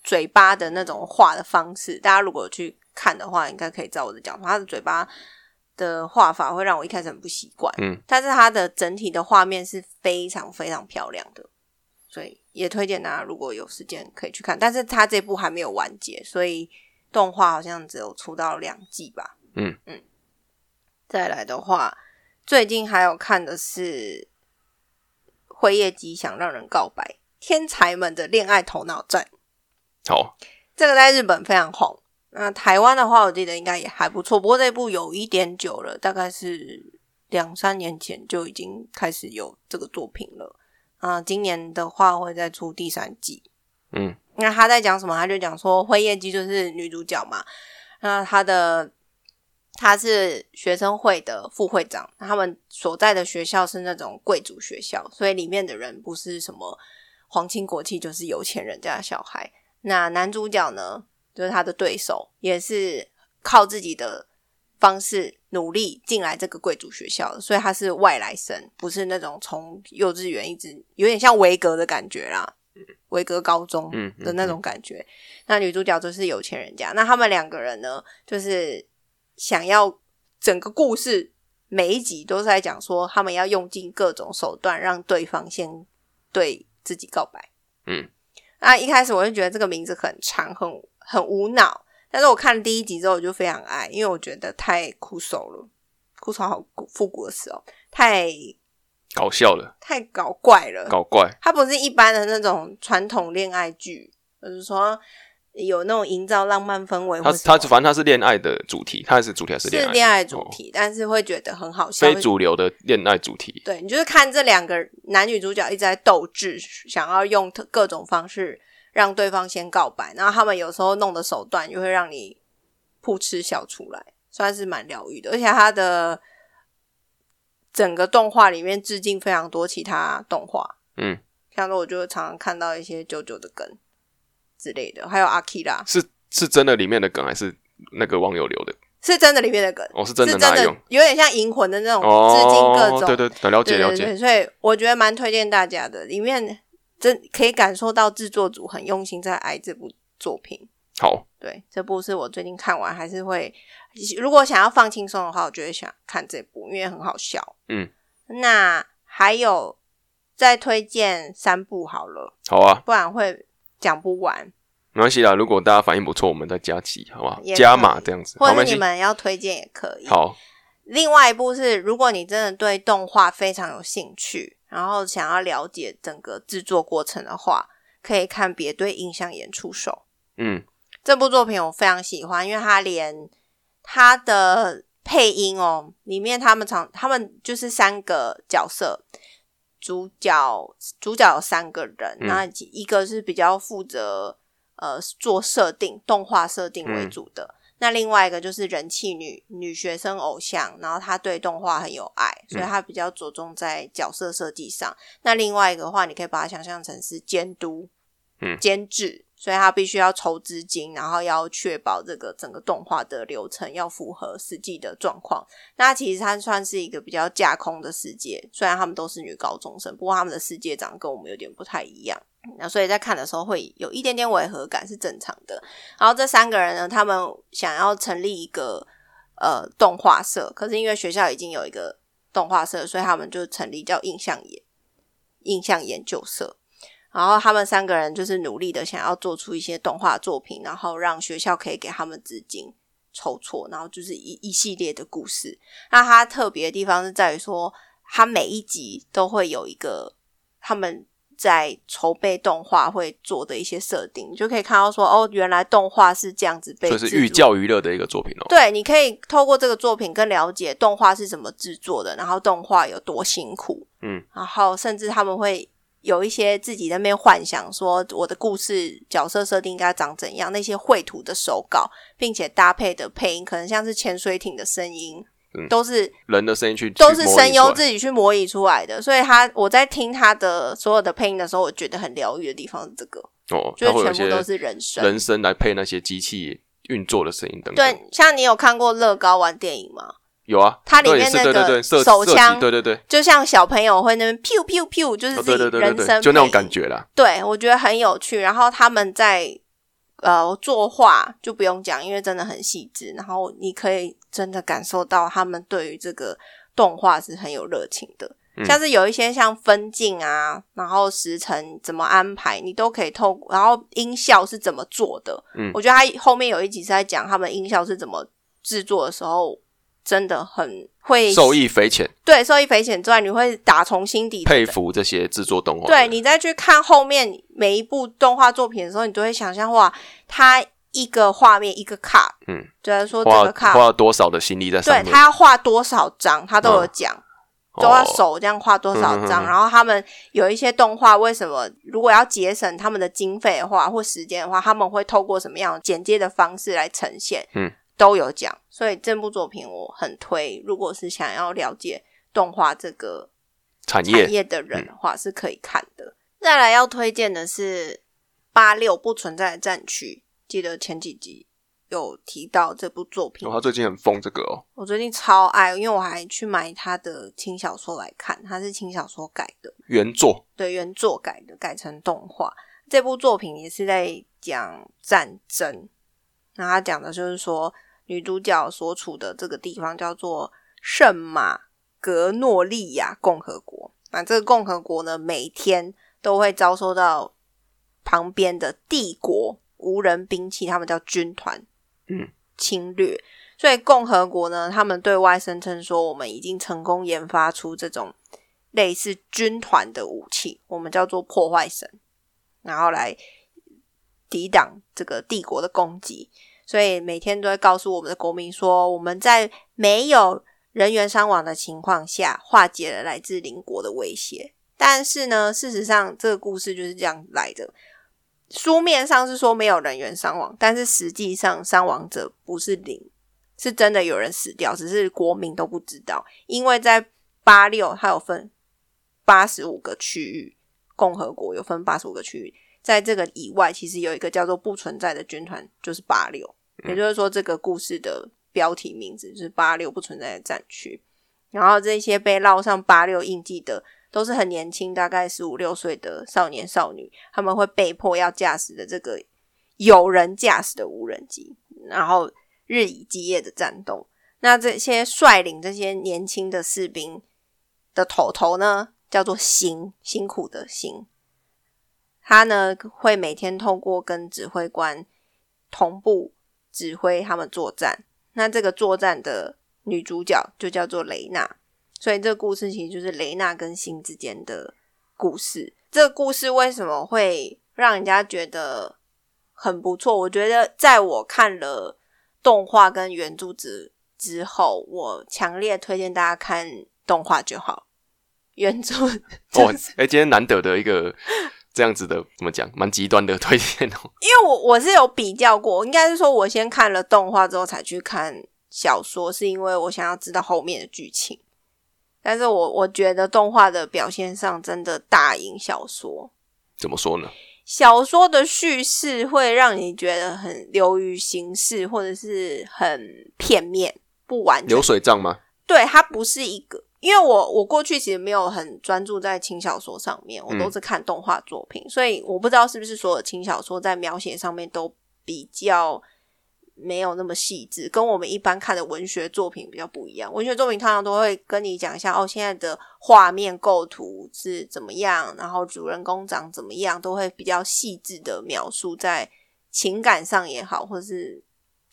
[SPEAKER 2] 嘴巴的那种画的方式，大家如果有去看的话，应该可以知道我在讲什么。他的嘴巴的画法会让我一开始很不习惯，
[SPEAKER 1] 嗯，
[SPEAKER 2] 但是它的整体的画面是非常非常漂亮的，所以也推荐大家如果有时间可以去看。但是它这部还没有完结，所以动画好像只有出到两季吧。
[SPEAKER 1] 嗯
[SPEAKER 2] 嗯，再来的话，最近还有看的是《辉夜姬想让人告白》。天才们的恋爱头脑战，
[SPEAKER 1] 好，
[SPEAKER 2] 这个在日本非常红。那台湾的话，我记得应该也还不错，不过这部有一点久了，大概是两三年前就已经开始有这个作品了。啊、今年的话会再出第三季。
[SPEAKER 1] 嗯，
[SPEAKER 2] 那他在讲什么？他就讲说辉夜姬就是女主角嘛，那她的她是学生会的副会长，他们所在的学校是那种贵族学校，所以里面的人不是什么皇亲国戚，就是有钱人家的小孩。那男主角呢，就是他的对手，也是靠自己的方式努力进来这个贵族学校的，所以他是外来生，不是那种从幼稚园一直有点像维格的感觉啦，维格高中
[SPEAKER 1] 嗯嗯
[SPEAKER 2] 的那种感觉。那女主角就是有钱人家，那他们两个人呢，就是想要整个故事每一集都是在讲说，他们要用尽各种手段让对方先对自己告白。
[SPEAKER 1] 嗯，
[SPEAKER 2] 那一开始我就觉得这个名字很长，很很无脑，但是我看了第一集之后我就非常爱，因为我觉得太酷手了，酷手好古复古的词哦，太
[SPEAKER 1] 搞笑了，
[SPEAKER 2] 太搞怪了，
[SPEAKER 1] 搞怪，
[SPEAKER 2] 它不是一般的那种传统恋爱剧，就是说有那种营造浪漫氛围
[SPEAKER 1] 他
[SPEAKER 2] 或什么，
[SPEAKER 1] 他反正他是恋爱的主题，他是主题还是恋爱
[SPEAKER 2] 是
[SPEAKER 1] 的？
[SPEAKER 2] 恋爱主
[SPEAKER 1] 哦，
[SPEAKER 2] 题，但是会觉得很好笑。
[SPEAKER 1] 非主流的恋爱主题。
[SPEAKER 2] 对你就是看这两个男女主角一直在斗智，想要用特各种方式让对方先告白，然后他们有时候弄的手段就会让你噗嗤笑出来，算是蛮疗愈的。而且它的整个动画里面致敬非常多其他动画，
[SPEAKER 1] 嗯，
[SPEAKER 2] 像是我就常常看到一些九九的梗之类的，还有阿 K 啦，
[SPEAKER 1] 是是真的里面的梗，还是那个网友留的？
[SPEAKER 2] 是真的里面的梗，
[SPEAKER 1] 哦，是真的
[SPEAKER 2] 是
[SPEAKER 1] 拿
[SPEAKER 2] 真
[SPEAKER 1] 来
[SPEAKER 2] 的
[SPEAKER 1] 用。
[SPEAKER 2] 有点像银魂的那种致敬各
[SPEAKER 1] 哦
[SPEAKER 2] 种，
[SPEAKER 1] 对对对，了解
[SPEAKER 2] 对
[SPEAKER 1] 了
[SPEAKER 2] 对
[SPEAKER 1] 解。
[SPEAKER 2] 对，所以我觉得蛮推荐大家的，里面真可以感受到制作组很用心在爱这部作品。
[SPEAKER 1] 好，
[SPEAKER 2] 对，这部是我最近看完，还是会如果想要放轻松的话，我就会想看这部，因为很好笑。
[SPEAKER 1] 嗯，
[SPEAKER 2] 那还有再推荐三部好了，
[SPEAKER 1] 好啊，
[SPEAKER 2] 不然会讲不完，
[SPEAKER 1] 没关系啦。如果大家反应不错，我们再加期，好不好
[SPEAKER 2] 也？可以
[SPEAKER 1] 加码这样子，好，
[SPEAKER 2] 或
[SPEAKER 1] 没
[SPEAKER 2] 者
[SPEAKER 1] 关
[SPEAKER 2] 是你
[SPEAKER 1] 系。
[SPEAKER 2] 们要推荐也可以。
[SPEAKER 1] 好，
[SPEAKER 2] 另外一部是，如果你真的对动画非常有兴趣，然后想要了解整个制作过程的话，可以看《别对印象演出手
[SPEAKER 1] 嗯》
[SPEAKER 2] 这部作品，我非常喜欢，因为它连它的配音哦，里面他们常他们就是三个角色，主角主角有三个人，
[SPEAKER 1] 嗯
[SPEAKER 2] 那一个是比较负责呃做设定动画设定为主的，那另外一个就是人气女女学生偶像，然后她对动画很有爱，所以她比较着重在角色设计上。那另外一个的话，你可以把它想象成是监督，
[SPEAKER 1] 嗯
[SPEAKER 2] 监制，所以他必须要筹资金，然后要确保这个整个动画的流程要符合实际的状况。那其实它算是一个比较架空的世界，虽然他们都是女高中生，不过他们的世界长得跟我们有点不太一样。那所以在看的时候会有一点点违和感是正常的。然后这三个人呢，他们想要成立一个呃动画社，可是因为学校已经有一个动画社，所以他们就成立叫印象研印象研究社。然后他们三个人就是努力的想要做出一些动画作品，然后让学校可以给他们资金筹措，然后就是一一系列的故事。那它特别的地方是在于说，它每一集都会有一个他们在筹备动画会做的一些设定，你就可以看到说，哦，原来动画是这样子被
[SPEAKER 1] 所以是
[SPEAKER 2] 制
[SPEAKER 1] 寓
[SPEAKER 2] 作
[SPEAKER 1] 教于乐的一个作品哦。
[SPEAKER 2] 对，你可以透过这个作品更了解动画是怎么制作的，然后动画有多辛苦，
[SPEAKER 1] 嗯，
[SPEAKER 2] 然后甚至他们会有一些自己在那边幻想，说我的故事角色设定应该长怎样，那些绘图的手稿，并且搭配的配音，可能像是潜水艇的声音，
[SPEAKER 1] 嗯
[SPEAKER 2] 都是
[SPEAKER 1] 人的声音去
[SPEAKER 2] 都是声优自
[SPEAKER 1] 己
[SPEAKER 2] 己去模拟出来的，所以他我在听他的所有的配音的时候，我觉得很疗愈的地方是这个，
[SPEAKER 1] 哦，
[SPEAKER 2] 就
[SPEAKER 1] 它会有
[SPEAKER 2] 是
[SPEAKER 1] 一
[SPEAKER 2] 全部都
[SPEAKER 1] 些
[SPEAKER 2] 是人声。
[SPEAKER 1] 人声来配那些机器运作的声音等等。
[SPEAKER 2] 对，像你有看过乐高玩电影吗？
[SPEAKER 1] 有啊，
[SPEAKER 2] 它里
[SPEAKER 1] 对
[SPEAKER 2] 面
[SPEAKER 1] 是
[SPEAKER 2] 那
[SPEAKER 1] 对对
[SPEAKER 2] 个
[SPEAKER 1] 对射
[SPEAKER 2] 手
[SPEAKER 1] 射击
[SPEAKER 2] 枪
[SPEAKER 1] 对对对，
[SPEAKER 2] 就像小朋友会那边 pew pew pew，就是
[SPEAKER 1] 哦
[SPEAKER 2] 自
[SPEAKER 1] 对
[SPEAKER 2] 己
[SPEAKER 1] 对对对
[SPEAKER 2] 人
[SPEAKER 1] 对，
[SPEAKER 2] 生
[SPEAKER 1] 就那种
[SPEAKER 2] 配
[SPEAKER 1] 感
[SPEAKER 2] 音。
[SPEAKER 1] 觉啦。
[SPEAKER 2] 对，我觉得很有趣。然后他们在呃作画就不用讲，因为真的很细致。然后你可以真的感受到他们对于这个动画是很有热情的。
[SPEAKER 1] 嗯
[SPEAKER 2] 像是有一些像分镜啊，然后时辰怎么安排，你都可以透过，然后音效是怎么做的。
[SPEAKER 1] 嗯
[SPEAKER 2] 我觉得他后面有一集是在讲他们音效是怎么制作的时候，真的很会
[SPEAKER 1] 受益匪浅，
[SPEAKER 2] 对，受益匪浅之外，你会打从心底
[SPEAKER 1] 佩服这些制作动画的
[SPEAKER 2] 对
[SPEAKER 1] 人。
[SPEAKER 2] 你再去看后面每一部动画作品的时候，你都会想象哇，它一个画面一个卡，
[SPEAKER 1] 嗯，
[SPEAKER 2] 就是说这
[SPEAKER 1] 花
[SPEAKER 2] 个卡，
[SPEAKER 1] 花了多少的心力在上
[SPEAKER 2] 对
[SPEAKER 1] 面？
[SPEAKER 2] 他要画多少张，他都有讲，
[SPEAKER 1] 哦
[SPEAKER 2] 都要手这样画多少
[SPEAKER 1] 嗯嗯嗯
[SPEAKER 2] 张。然后他们有一些动画，为什么如果要节省他们的经费的话或时间的话，他们会透过什么样剪接的方式来呈现？
[SPEAKER 1] 嗯，
[SPEAKER 2] 都有讲。所以这部作品我很推，如果是想要了解动画这个
[SPEAKER 1] 产
[SPEAKER 2] 产
[SPEAKER 1] 业嗯
[SPEAKER 2] 业的人的话是可以看的。再来要推荐的是八六不存在的战区，记得前几集有提到这部作品，
[SPEAKER 1] 哦，他最近很疯这个哦，
[SPEAKER 2] 我最近超爱，因为我还去买他的轻小说来看，它是轻小说改的，
[SPEAKER 1] 原作
[SPEAKER 2] 对原作改的，改成动画。这部作品也是在讲战争，那他讲的就是说女主角所处的这个地方叫做圣马格诺利亚共和国。那这个共和国呢，每天都会遭受到旁边的帝国无人兵器，他们叫军团，
[SPEAKER 1] 嗯，
[SPEAKER 2] 侵略。所以共和国呢，他们对外声称说，我们已经成功研发出这种类似军团的武器，我们叫做破坏神，然后来抵挡这个帝国的攻击。所以每天都会告诉我们的国民说，我们在没有人员伤亡的情况下，化解了来自邻国的威胁。但是呢，事实上这个故事就是这样来的。书面上是说没有人员伤亡，但是实际上伤亡者不是零，是真的有人死掉，只是国民都不知道，因为在八六它有分八十五个区域，共和国有分八十五个区域，在这个以外，其实有一个叫做不存在的军团，就是八六，也就是说这个故事的标题名字就是八六不存在的战区，然后这些被烙上八六印记的。都是很年轻，大概十五六岁的少年少女，他们会被迫要驾驶的这个有人驾驶的无人机，然后日以继夜的战斗。那这些率领这些年轻的士兵的头头呢，叫做辛辛苦的辛。他呢会每天透过跟指挥官同步指挥他们作战。那这个作战的女主角就叫做雷娜，所以这个故事其实就是雷娜跟辛之间的故事。这个故事为什么会让人家觉得很不错？我觉得在我看了动画跟原著之之后，我强烈推荐大家看动画就好。原著
[SPEAKER 1] 哦
[SPEAKER 2] 就，是、
[SPEAKER 1] 哎、今天难得的一个这样子的，怎么讲，蛮极端的推荐哦。
[SPEAKER 2] 因为我我是有比较过，应该是说我先看了动画之后才去看小说，是因为我想要知道后面的剧情。但是我我觉得动画的表现上真的大赢小说，
[SPEAKER 1] 怎么说呢？
[SPEAKER 2] 小说的叙事会让你觉得很流于形式，或者是很片面、不完整
[SPEAKER 1] 流。水账吗？
[SPEAKER 2] 对，它不是一个，因为我我过去其实没有很专注在轻小说上面，我都是看动画作品，所以我不知道是不是所有轻小说在描写上面都比较没有那么细致，跟我们一般看的文学作品比较不一样。文学作品通常都会跟你讲一下哦，现在的画面构图是怎么样，然后主人公长怎么样，都会比较细致的描述在情感上也好，或是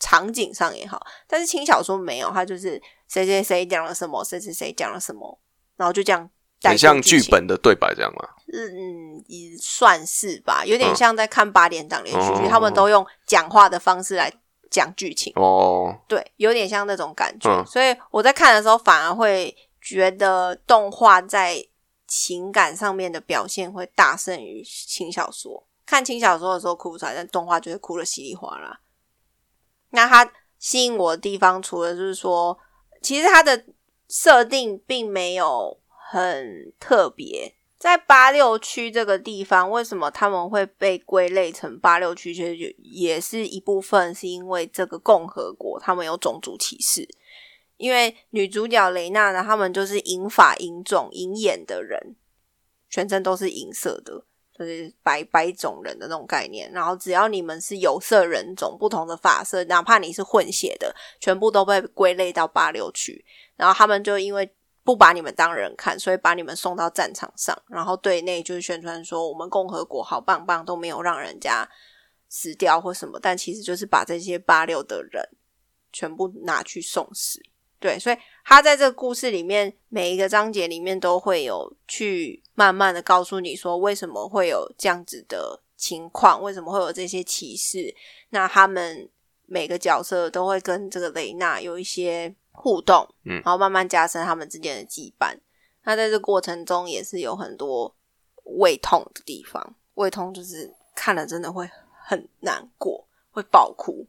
[SPEAKER 2] 场景上也好。但是轻小说没有，它就是谁谁谁讲了什么，谁谁谁讲了什么，然后就这样带
[SPEAKER 1] 很
[SPEAKER 2] 过
[SPEAKER 1] 像剧
[SPEAKER 2] 情，
[SPEAKER 1] 本的对白这样吗？
[SPEAKER 2] 嗯，也算是吧，有点
[SPEAKER 1] 嗯
[SPEAKER 2] 像在看八点档连续剧，
[SPEAKER 1] 哦
[SPEAKER 2] 他们都用讲话的方式来讲剧情。
[SPEAKER 1] 哦，
[SPEAKER 2] 对，有点像那种感觉。
[SPEAKER 1] 嗯
[SPEAKER 2] 所以我在看的时候，反而会觉得动画在情感上面的表现会大胜于轻小说。看轻小说的时候哭不出来，但动画就会哭的稀里哗啦。那它吸引我的地方，除了就是说，其实它的设定并没有很特别。在八六区这个地方，为什么他们会被归类成八六区？其实也也是一部分是因为这个共和国他们有种族歧视，因为女主角雷娜呢，他们就是银发、银种、银眼的人，全身都是银色的，就是白白种人的那种概念。然后只要你们是有色人种，不同的发色，哪怕你是混血的，全部都被归类到八六区。然后他们就因为不把你们当人看，所以把你们送到战场上，然后对内就是宣传说我们共和国好棒棒，都没有让人家死掉或什么，但其实就是把这些八六的人全部拿去送死。对，所以他在这个故事里面每一个章节里面都会有去慢慢的告诉你说为什么会有这样子的情况，为什么会有这些歧视，那他们每个角色都会跟这个雷娜有一些互动，
[SPEAKER 1] 嗯
[SPEAKER 2] 然后慢慢加深他们之间的羁绊。那在这过程中也是有很多胃痛的地方，胃痛就是看了真的会很难过，会爆哭。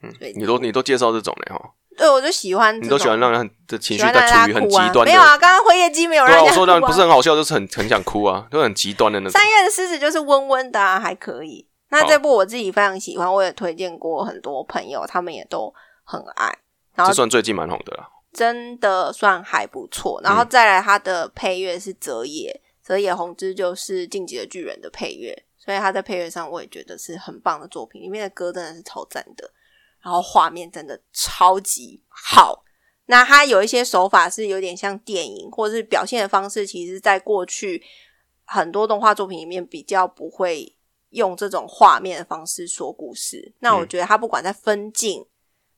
[SPEAKER 2] 嗯
[SPEAKER 1] 你都你都介绍这种嘞哈，
[SPEAKER 2] 对我就喜欢这
[SPEAKER 1] 你
[SPEAKER 2] 种，
[SPEAKER 1] 都喜欢让人的情
[SPEAKER 2] 喜
[SPEAKER 1] 绪
[SPEAKER 2] 欢让
[SPEAKER 1] 在
[SPEAKER 2] 大
[SPEAKER 1] 处于
[SPEAKER 2] 家
[SPEAKER 1] 很
[SPEAKER 2] 哭
[SPEAKER 1] 极
[SPEAKER 2] 啊？
[SPEAKER 1] 端的，
[SPEAKER 2] 没有啊，刚刚辉夜姬没有
[SPEAKER 1] 对
[SPEAKER 2] 让
[SPEAKER 1] 啊，我
[SPEAKER 2] 人家哭
[SPEAKER 1] 说让不是
[SPEAKER 2] 啊。
[SPEAKER 1] 很好笑，就是很很想哭啊，就很极端的那种
[SPEAKER 2] 三。月的狮子就是温温的、啊，还可以。那
[SPEAKER 1] 好
[SPEAKER 2] 这部我自己非常喜欢，我也推荐过很多朋友，他们也都很爱。然后
[SPEAKER 1] 这算最近蛮红的啦。
[SPEAKER 2] 真的算还不错。然后再来，它的配乐是泽野，泽野弘之就是《进击的巨人》的配乐，所以他在配乐上我也觉得是很棒的作品，里面的歌真的是超赞的，然后画面真的超级好。那他有一些手法是有点像电影，或者是表现的方式，其实在过去很多动画作品里面比较不会用这种画面的方式说故事。那我觉得他不管在分镜，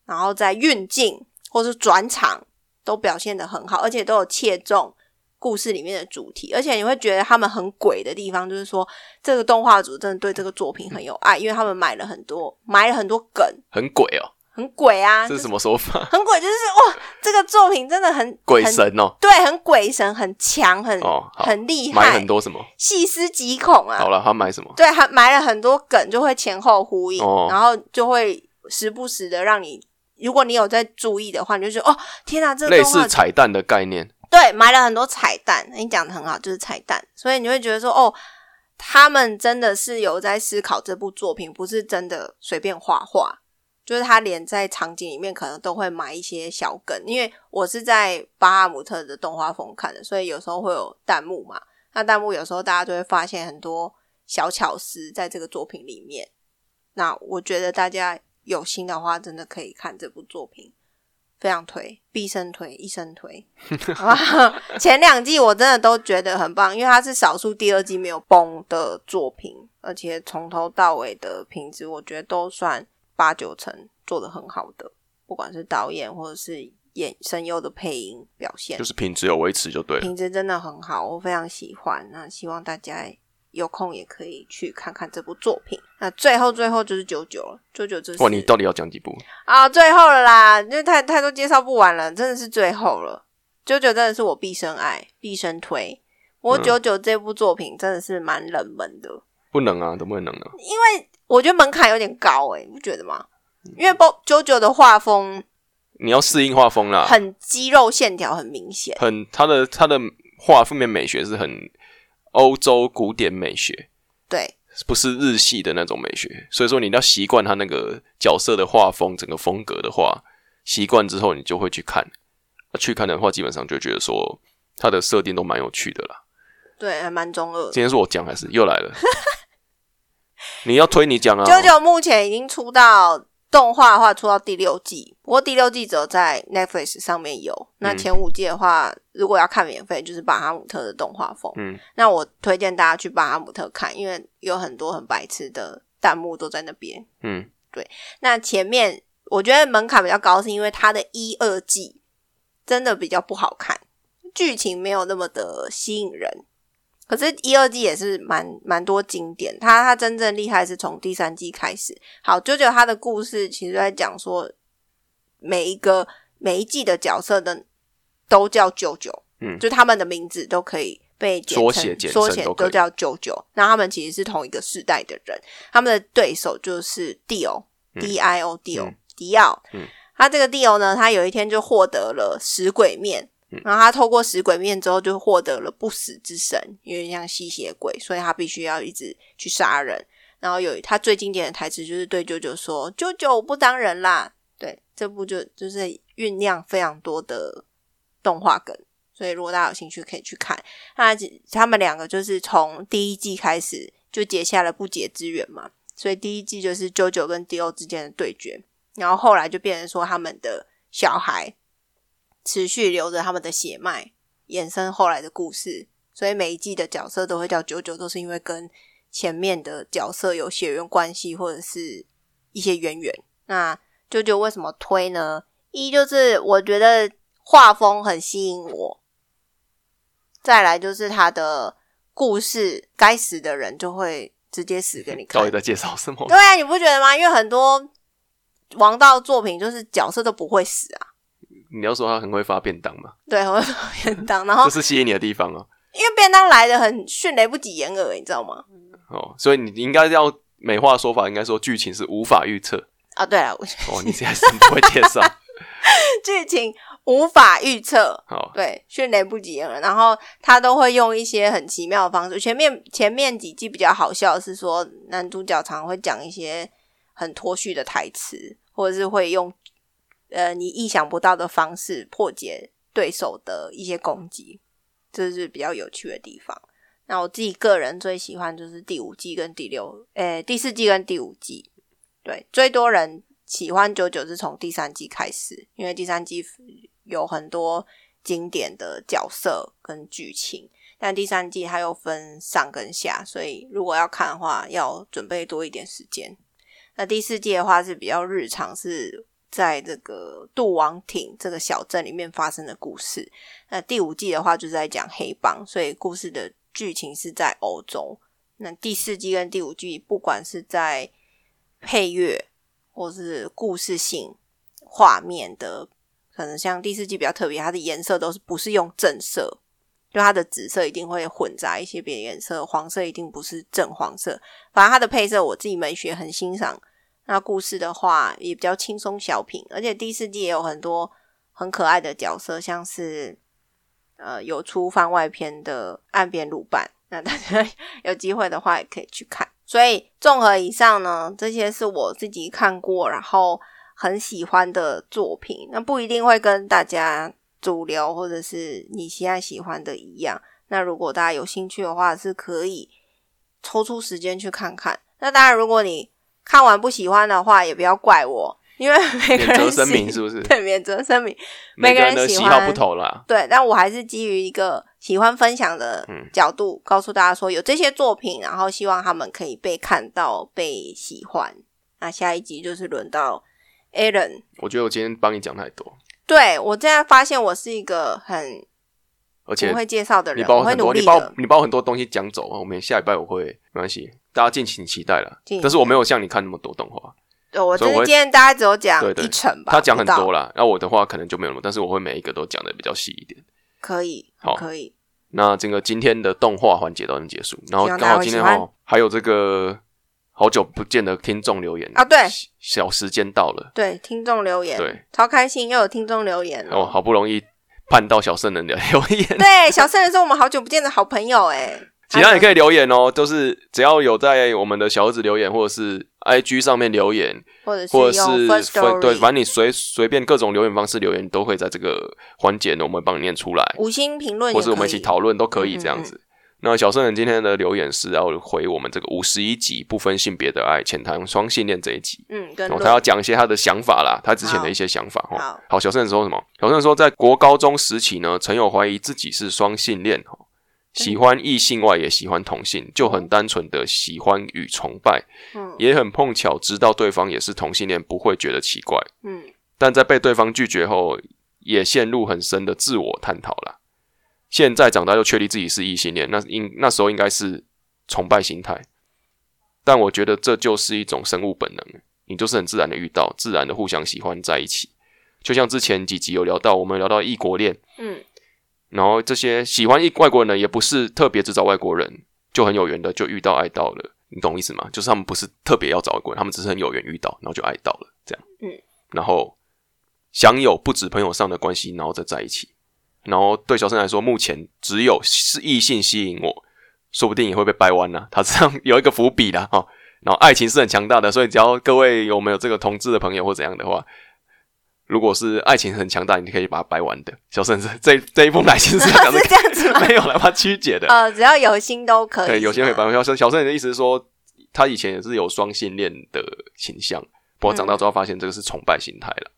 [SPEAKER 2] 然后在运镜或是转场，都表现的很好，而且都有切中故事里面的主题。而且你会觉得他们很鬼的地方，就是说这个动画组真的对这个作品很有爱，因为他们买了很多埋了很多梗，
[SPEAKER 1] 很鬼哦，
[SPEAKER 2] 很鬼啊，
[SPEAKER 1] 这
[SPEAKER 2] 就是
[SPEAKER 1] 什么手法？
[SPEAKER 2] 很鬼，就是哇，这个作品真的很
[SPEAKER 1] 鬼，
[SPEAKER 2] 很
[SPEAKER 1] 神哦，
[SPEAKER 2] 对，很鬼神，很强，很、
[SPEAKER 1] 哦，好，
[SPEAKER 2] 很厉
[SPEAKER 1] 买
[SPEAKER 2] 害，
[SPEAKER 1] 很多什么？
[SPEAKER 2] 细思极恐啊
[SPEAKER 1] 好。了，他买什么？
[SPEAKER 2] 对，还埋了很多梗，就会前后呼应，
[SPEAKER 1] 哦
[SPEAKER 2] 然后就会时不时的让你，如果你有在注意的话，你就觉得哦，天哪，这个
[SPEAKER 1] 类
[SPEAKER 2] 动画
[SPEAKER 1] 似彩蛋的概念，
[SPEAKER 2] 对，埋了很多彩蛋。你讲的很好，就是彩蛋，所以你会觉得说，哦，他们真的是有在思考这部作品，不是真的随便画画。就是他连在场景里面可能都会埋一些小梗，因为我是在巴哈姆特的动画风看的，所以有时候会有弹幕嘛。那弹幕有时候大家就会发现很多小巧思在这个作品里面。那我觉得大家有心的话，真的可以看这部作品，非常推，毕生推，一生推。好 吧前两季我真的都觉得很棒，因为它是少数第二季没有崩的作品，而且从头到尾的品质，我觉得都算八九成做的很好的，不管是导演或者是演声优的配音表现
[SPEAKER 1] 就，是品质有维持就对了。
[SPEAKER 2] 品质真的很好，我非常喜欢。那希望大家有空也可以去看看这部作品。那最后最后就是九九了，九九就是
[SPEAKER 1] 哇，你到底要讲几部？
[SPEAKER 2] 啊，最后了啦，因为太太多介绍不完了，真的是最后了。九九真的是我毕生爱，毕生推。我
[SPEAKER 1] 嗯
[SPEAKER 2] 九九这部作品真的是蛮冷门的，
[SPEAKER 1] 不能啊，能不能啊？
[SPEAKER 2] 我觉得门槛有点高诶、你不觉得吗？
[SPEAKER 1] 嗯
[SPEAKER 2] 因为包九九的画风
[SPEAKER 1] 你要适应画风啦，
[SPEAKER 2] 很肌肉线条很明显，
[SPEAKER 1] 很他的他的画负面美学是很欧洲古典美学，
[SPEAKER 2] 对，
[SPEAKER 1] 不是日系的那种美学。所以说你要习惯他那个角色的画风，整个风格的话，习惯之后你就会去看。那去看的话，基本上就觉得说它的设定都蛮有趣的啦。
[SPEAKER 2] 对，还蛮中二的。
[SPEAKER 1] 今天是我讲还是又来了？你要推你讲啊！
[SPEAKER 2] 九九目前已经出到动画的话，出到第六季，不过第六季只有在 Netflix 上面有。
[SPEAKER 1] 嗯
[SPEAKER 2] 那前五季的话，如果要看免费，就是巴哈姆特的动画风。
[SPEAKER 1] 嗯，
[SPEAKER 2] 那我推荐大家去巴哈姆特看，因为有很多很白痴的弹幕都在那边。
[SPEAKER 1] 嗯，
[SPEAKER 2] 那前面我觉得门槛比较高，是因为它的一二季真的比较不好看，剧情没有那么的吸引人。可是，一二季也是蛮蛮多经典。它它真正厉害是从第三季开始。好，九九它的故事其实在讲说，每一个每一季的角色的都叫九九，
[SPEAKER 1] 嗯
[SPEAKER 2] 就他们的名字都可以被简称
[SPEAKER 1] 缩写简称
[SPEAKER 2] 缩写
[SPEAKER 1] 都可以
[SPEAKER 2] 都叫九九。那他们其实是同一个世代的人，他们的对手就是 Dio、D I O Dio、
[SPEAKER 1] 嗯
[SPEAKER 2] 迪奥。
[SPEAKER 1] 嗯
[SPEAKER 2] 他这个 Dio 呢，他有一天就获得了食鬼面，然后他透过食鬼面之后，就获得了不死之神，有点像吸血鬼，所以他必须要一直去杀人。然后有他最经典的台词就是对舅舅说：“舅舅，我不当人啦。”对，这部就就是酝酿非常多的动画梗，所以如果大家有兴趣可以去看。那他们两个就是从第一季开始就结下了不解之缘嘛，所以第一季就是舅舅跟迪欧之间的对决，然后后来就变成说他们的小孩持续留着他们的血脉，衍生后来的故事。所以每一季的角色都会叫九九，都是因为跟前面的角色有血缘关系或者是一些渊源。那九九为什么推呢？一就是我觉得画风很吸引我，再来就是他的故事，该死的人就会直接死给你看
[SPEAKER 1] 到底。在介绍什么？
[SPEAKER 2] 对啊，你不觉得吗？因为很多王道作品就是角色都不会死啊，
[SPEAKER 1] 你要说他很会发便当嘛，
[SPEAKER 2] 对，很会做便当，然后
[SPEAKER 1] 这是吸引你的地方哦。
[SPEAKER 2] 因为便当来的很迅雷不及掩耳，你知道吗？
[SPEAKER 1] 哦，所以你应该要美化说法，应该说剧情是无法预测
[SPEAKER 2] 啊，对了，我
[SPEAKER 1] 哦。你现在是不会介 绍，
[SPEAKER 2] 剧情无法预测，
[SPEAKER 1] 好，
[SPEAKER 2] 对，迅雷不及掩耳。然后他都会用一些很奇妙的方式。前面前面几季比较好笑的是说，男主角常会讲一些很脱序的台词，或者是会用呃你意想不到的方式破解对手的一些攻击，这是比较有趣的地方。那我自己个人最喜欢就是第五季跟第六，诶、第四季跟第五季，对，最多人喜欢九九是从第三季开始，因为第三季有很多经典的角色跟剧情，但第三季它又分上跟下，所以如果要看的话，要准备多一点时间。那第四季的话是比较日常，是在这个杜王町这个小镇里面发生的故事。那第五季的话就是在讲黑帮，所以故事的剧情是在欧洲。那第四季跟第五季，不管是在配乐或是故事性画面的，可能像第四季比较特别，它的颜色都是不是用正色，就它的紫色一定会混杂一些别的颜色，黄色一定不是正黄色。反正它的配色我自己美学很欣赏。那故事的话也比较轻松小品，而且第四季也有很多很可爱的角色，像是呃有出番外篇的岸边鲁伴，那大家 有机会的话也可以去看。所以综合以上呢，这些是我自己看过然后很喜欢的作品，那不一定会跟大家主流或者是你现在喜欢的一样。那如果大家有兴趣的话，是可以抽出时间去看看。那当然，如果你看完不喜欢的话，也不要怪我，因为 每个
[SPEAKER 1] 免责
[SPEAKER 2] 人
[SPEAKER 1] 声
[SPEAKER 2] 喜？
[SPEAKER 1] 明是不是
[SPEAKER 2] 对，免责声明。 每
[SPEAKER 1] 每
[SPEAKER 2] 个
[SPEAKER 1] 个
[SPEAKER 2] 人
[SPEAKER 1] 人的
[SPEAKER 2] 喜
[SPEAKER 1] 喜
[SPEAKER 2] 欢
[SPEAKER 1] 好不同啦。
[SPEAKER 2] 对，但我还是基于一个喜欢分享的
[SPEAKER 1] 嗯
[SPEAKER 2] 角度，告诉大家说有这些作品，然后希望他们可以被看到、被喜欢。那下一集就是轮到 Alan，
[SPEAKER 1] 我觉得我今天帮你讲太多，
[SPEAKER 2] 对我现在发现我是一个很
[SPEAKER 1] 而且
[SPEAKER 2] 不会介绍的
[SPEAKER 1] 你
[SPEAKER 2] 人，
[SPEAKER 1] 把
[SPEAKER 2] 我
[SPEAKER 1] 我
[SPEAKER 2] 会
[SPEAKER 1] 很
[SPEAKER 2] 努
[SPEAKER 1] 多，
[SPEAKER 2] 力
[SPEAKER 1] 你把
[SPEAKER 2] 的
[SPEAKER 1] 我。你把我很多东西讲走，我们下礼拜我会没关系，大家敬请期待了
[SPEAKER 2] 敬请期待。
[SPEAKER 1] 但是我没有像你看那么多动画，
[SPEAKER 2] 对我
[SPEAKER 1] 所以
[SPEAKER 2] 真
[SPEAKER 1] 我
[SPEAKER 2] 的
[SPEAKER 1] 会
[SPEAKER 2] 今天大概只有讲
[SPEAKER 1] 对对
[SPEAKER 2] 一成吧，
[SPEAKER 1] 他讲很
[SPEAKER 2] 不
[SPEAKER 1] 多
[SPEAKER 2] 到，
[SPEAKER 1] 啦，那我的话可能就没有那么，但是我会每一个都讲的比较细一点。
[SPEAKER 2] 可以，
[SPEAKER 1] 好
[SPEAKER 2] 可以，
[SPEAKER 1] 那整个今天的动画环节到这结束，然后
[SPEAKER 2] 希望
[SPEAKER 1] 刚
[SPEAKER 2] 大家
[SPEAKER 1] 好
[SPEAKER 2] 会
[SPEAKER 1] 今
[SPEAKER 2] 喜
[SPEAKER 1] 天
[SPEAKER 2] 欢
[SPEAKER 1] 哦，还有这个好久不见的听众留言
[SPEAKER 2] 啊对
[SPEAKER 1] 小小时间到了，
[SPEAKER 2] 对，听众留言，
[SPEAKER 1] 对，
[SPEAKER 2] 超开心，又有听众留言了。
[SPEAKER 1] 哦，好不容易盼到小圣人的留言，
[SPEAKER 2] 啊对，啊小圣人是我们好久不见的好朋友哎、
[SPEAKER 1] 其他也可以留言哦，就是只要有在我们的小盒子留言或者是 IG 上面留言，
[SPEAKER 2] 或者
[SPEAKER 1] 或者
[SPEAKER 2] 用
[SPEAKER 1] 是
[SPEAKER 2] First
[SPEAKER 1] 分
[SPEAKER 2] Story
[SPEAKER 1] 对，反正你随随便各种留言方式留言都会在这个环节呢，我们帮你念出来，
[SPEAKER 2] 五星评论也
[SPEAKER 1] 或
[SPEAKER 2] 可以，
[SPEAKER 1] 是我们一起讨论都可以
[SPEAKER 2] 嗯
[SPEAKER 1] 这样子。那小圣人今天的留言是要回我们这个五十一集不分性别的爱浅谈双性恋这一集，
[SPEAKER 2] 嗯，
[SPEAKER 1] 然
[SPEAKER 2] 跟
[SPEAKER 1] 后
[SPEAKER 2] 论
[SPEAKER 1] 他要讲一些他的想法啦，他之前的一些想法
[SPEAKER 2] 好
[SPEAKER 1] 哦。
[SPEAKER 2] 好
[SPEAKER 1] 好，小圣人说什么？小圣人说，在国高中时期呢，曾有怀疑自己是双性恋哦，喜欢异性外也喜欢同性，就很单纯的喜欢与崇拜，
[SPEAKER 2] 嗯
[SPEAKER 1] 也很碰巧知道对方也是同性恋，不会觉得奇怪。
[SPEAKER 2] 嗯
[SPEAKER 1] 但在被对方拒绝后，也陷入很深的自我探讨啦。现在长大就确立自己是异性恋，那应那时候应该是崇拜心态，但我觉得这就是一种生物本能，你就是很自然的遇到，自然的互相喜欢在一起。就像之前几集有聊到，我们有聊到异国恋，
[SPEAKER 2] 嗯
[SPEAKER 1] 然后这些喜欢一外国人呢，也不是特别只找外国人，就很有缘的就遇到爱到了，你懂我意思吗？就是他们不是特别要找外国人，他们只是很有缘遇到，然后就爱到了这样。
[SPEAKER 2] 嗯，
[SPEAKER 1] 然后享有不止朋友上的关系，然后再在一起。然后对小生来说，目前只有是异性吸引我，说不定也会被掰弯呢、他这样有一个伏笔啦，哦。然后爱情是很强大的，所以只要各位有没有这个同志的朋友或怎样的话，如果是爱情很强大，你可以把它掰完的。小沈这这这一封来信是要讲
[SPEAKER 2] 是这样子吗
[SPEAKER 1] 没有来把它曲解的。
[SPEAKER 2] 呃，只要有心都可以，
[SPEAKER 1] 对，有些会
[SPEAKER 2] 是吗
[SPEAKER 1] 掰弯。小沈小沈的意思是说，他以前也是有双性恋的倾向，不过长大之后
[SPEAKER 2] 嗯
[SPEAKER 1] 发现这个是崇拜心态了。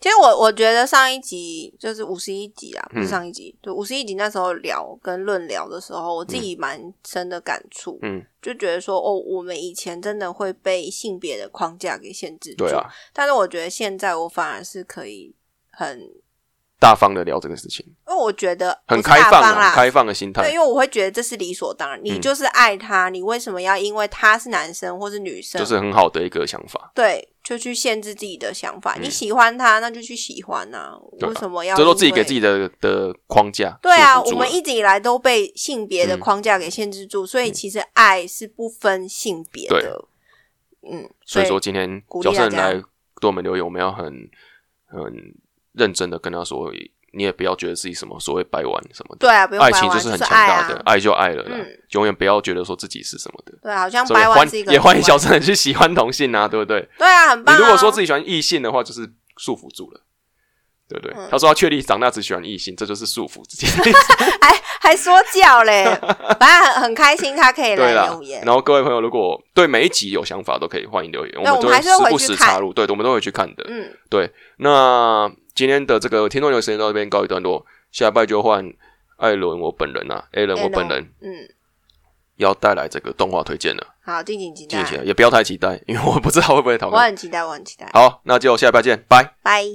[SPEAKER 2] 其实我我觉得上一集就是五十一集啊，不是
[SPEAKER 1] 嗯
[SPEAKER 2] 上一集，对五十一集那时候聊跟论聊的时候，我自己蛮深的感触，
[SPEAKER 1] 嗯，
[SPEAKER 2] 就觉得说哦，我们以前真的会被性别的框架给限制住，
[SPEAKER 1] 对啊，
[SPEAKER 2] 但是我觉得现在我反而是可以很，因
[SPEAKER 1] 大方的聊这个事情，
[SPEAKER 2] 为我觉得
[SPEAKER 1] 很
[SPEAKER 2] 不是
[SPEAKER 1] 开
[SPEAKER 2] 大
[SPEAKER 1] 放
[SPEAKER 2] 方
[SPEAKER 1] 啊，
[SPEAKER 2] 啦
[SPEAKER 1] 很，开放的心
[SPEAKER 2] 对，
[SPEAKER 1] 态
[SPEAKER 2] 因。为我会觉得这是理所当然，你
[SPEAKER 1] 嗯
[SPEAKER 2] 就是爱他，你为什么要因为他是男生或是女生，
[SPEAKER 1] 就是很好的一个想法，
[SPEAKER 2] 对，就去限制自己的想法？
[SPEAKER 1] 嗯
[SPEAKER 2] 你喜欢他，那就去喜欢呐、
[SPEAKER 1] 对啊
[SPEAKER 2] 为什么要？
[SPEAKER 1] 这都自己给自。己的的框架。
[SPEAKER 2] 对啊，
[SPEAKER 1] 束缚
[SPEAKER 2] 我
[SPEAKER 1] 住
[SPEAKER 2] 们
[SPEAKER 1] 了
[SPEAKER 2] 一直以来都被性别的
[SPEAKER 1] 嗯
[SPEAKER 2] 框架给限制住，所以其实爱是不分性别的。嗯，
[SPEAKER 1] 所以
[SPEAKER 2] 以
[SPEAKER 1] 说今天
[SPEAKER 2] 鼓励
[SPEAKER 1] 小
[SPEAKER 2] 大
[SPEAKER 1] 圣
[SPEAKER 2] 家
[SPEAKER 1] 来对我们留言，我们要很很认真的跟他说，你也不要觉得自己什么所谓掰弯什么的，
[SPEAKER 2] 对啊，不用
[SPEAKER 1] 爱
[SPEAKER 2] 掰
[SPEAKER 1] 情
[SPEAKER 2] 弯
[SPEAKER 1] 是很
[SPEAKER 2] 是
[SPEAKER 1] 强
[SPEAKER 2] 爱
[SPEAKER 1] 大
[SPEAKER 2] 啊
[SPEAKER 1] 的，。爱就爱了啦，
[SPEAKER 2] 嗯
[SPEAKER 1] 永远不要觉得说自己是什么的。
[SPEAKER 2] 对啊，好像
[SPEAKER 1] 所以
[SPEAKER 2] 掰弯是一
[SPEAKER 1] 欢
[SPEAKER 2] 个
[SPEAKER 1] 也欢迎
[SPEAKER 2] 很
[SPEAKER 1] 小圣去喜欢同性啊，对不对？
[SPEAKER 2] 对啊，很
[SPEAKER 1] 你
[SPEAKER 2] 棒、啊。
[SPEAKER 1] 如果说自己喜欢异性的话，就是束缚住了。对不对？
[SPEAKER 2] 嗯
[SPEAKER 1] 他说他确立长大只喜欢异性，这就是束缚自己。
[SPEAKER 2] 还还说教 嘞，反正很很开心，他可以
[SPEAKER 1] 对
[SPEAKER 2] 来
[SPEAKER 1] 啦
[SPEAKER 2] 留言。
[SPEAKER 1] 然后各位朋友，如果对每一集有想法，都可以欢迎留言，我们
[SPEAKER 2] 我
[SPEAKER 1] 都
[SPEAKER 2] 们还是
[SPEAKER 1] 时
[SPEAKER 2] 会
[SPEAKER 1] 不
[SPEAKER 2] 去
[SPEAKER 1] 时
[SPEAKER 2] 看
[SPEAKER 1] 插入，对，我们都会去看的。
[SPEAKER 2] 嗯，
[SPEAKER 1] 那今天的这个听众留言时间到这边告一段落，下拜就换艾伦我本人啊，A 伦我本人，
[SPEAKER 2] 嗯，
[SPEAKER 1] 要带来这个动画推荐了，
[SPEAKER 2] 好，敬请期
[SPEAKER 1] 敬
[SPEAKER 2] 待
[SPEAKER 1] 请，期待，也不要太期待，因为我不知道会不会讨
[SPEAKER 2] 我
[SPEAKER 1] 论。
[SPEAKER 2] 很期待，我很期待，
[SPEAKER 1] 好，那就下拜见，拜。
[SPEAKER 2] 拜。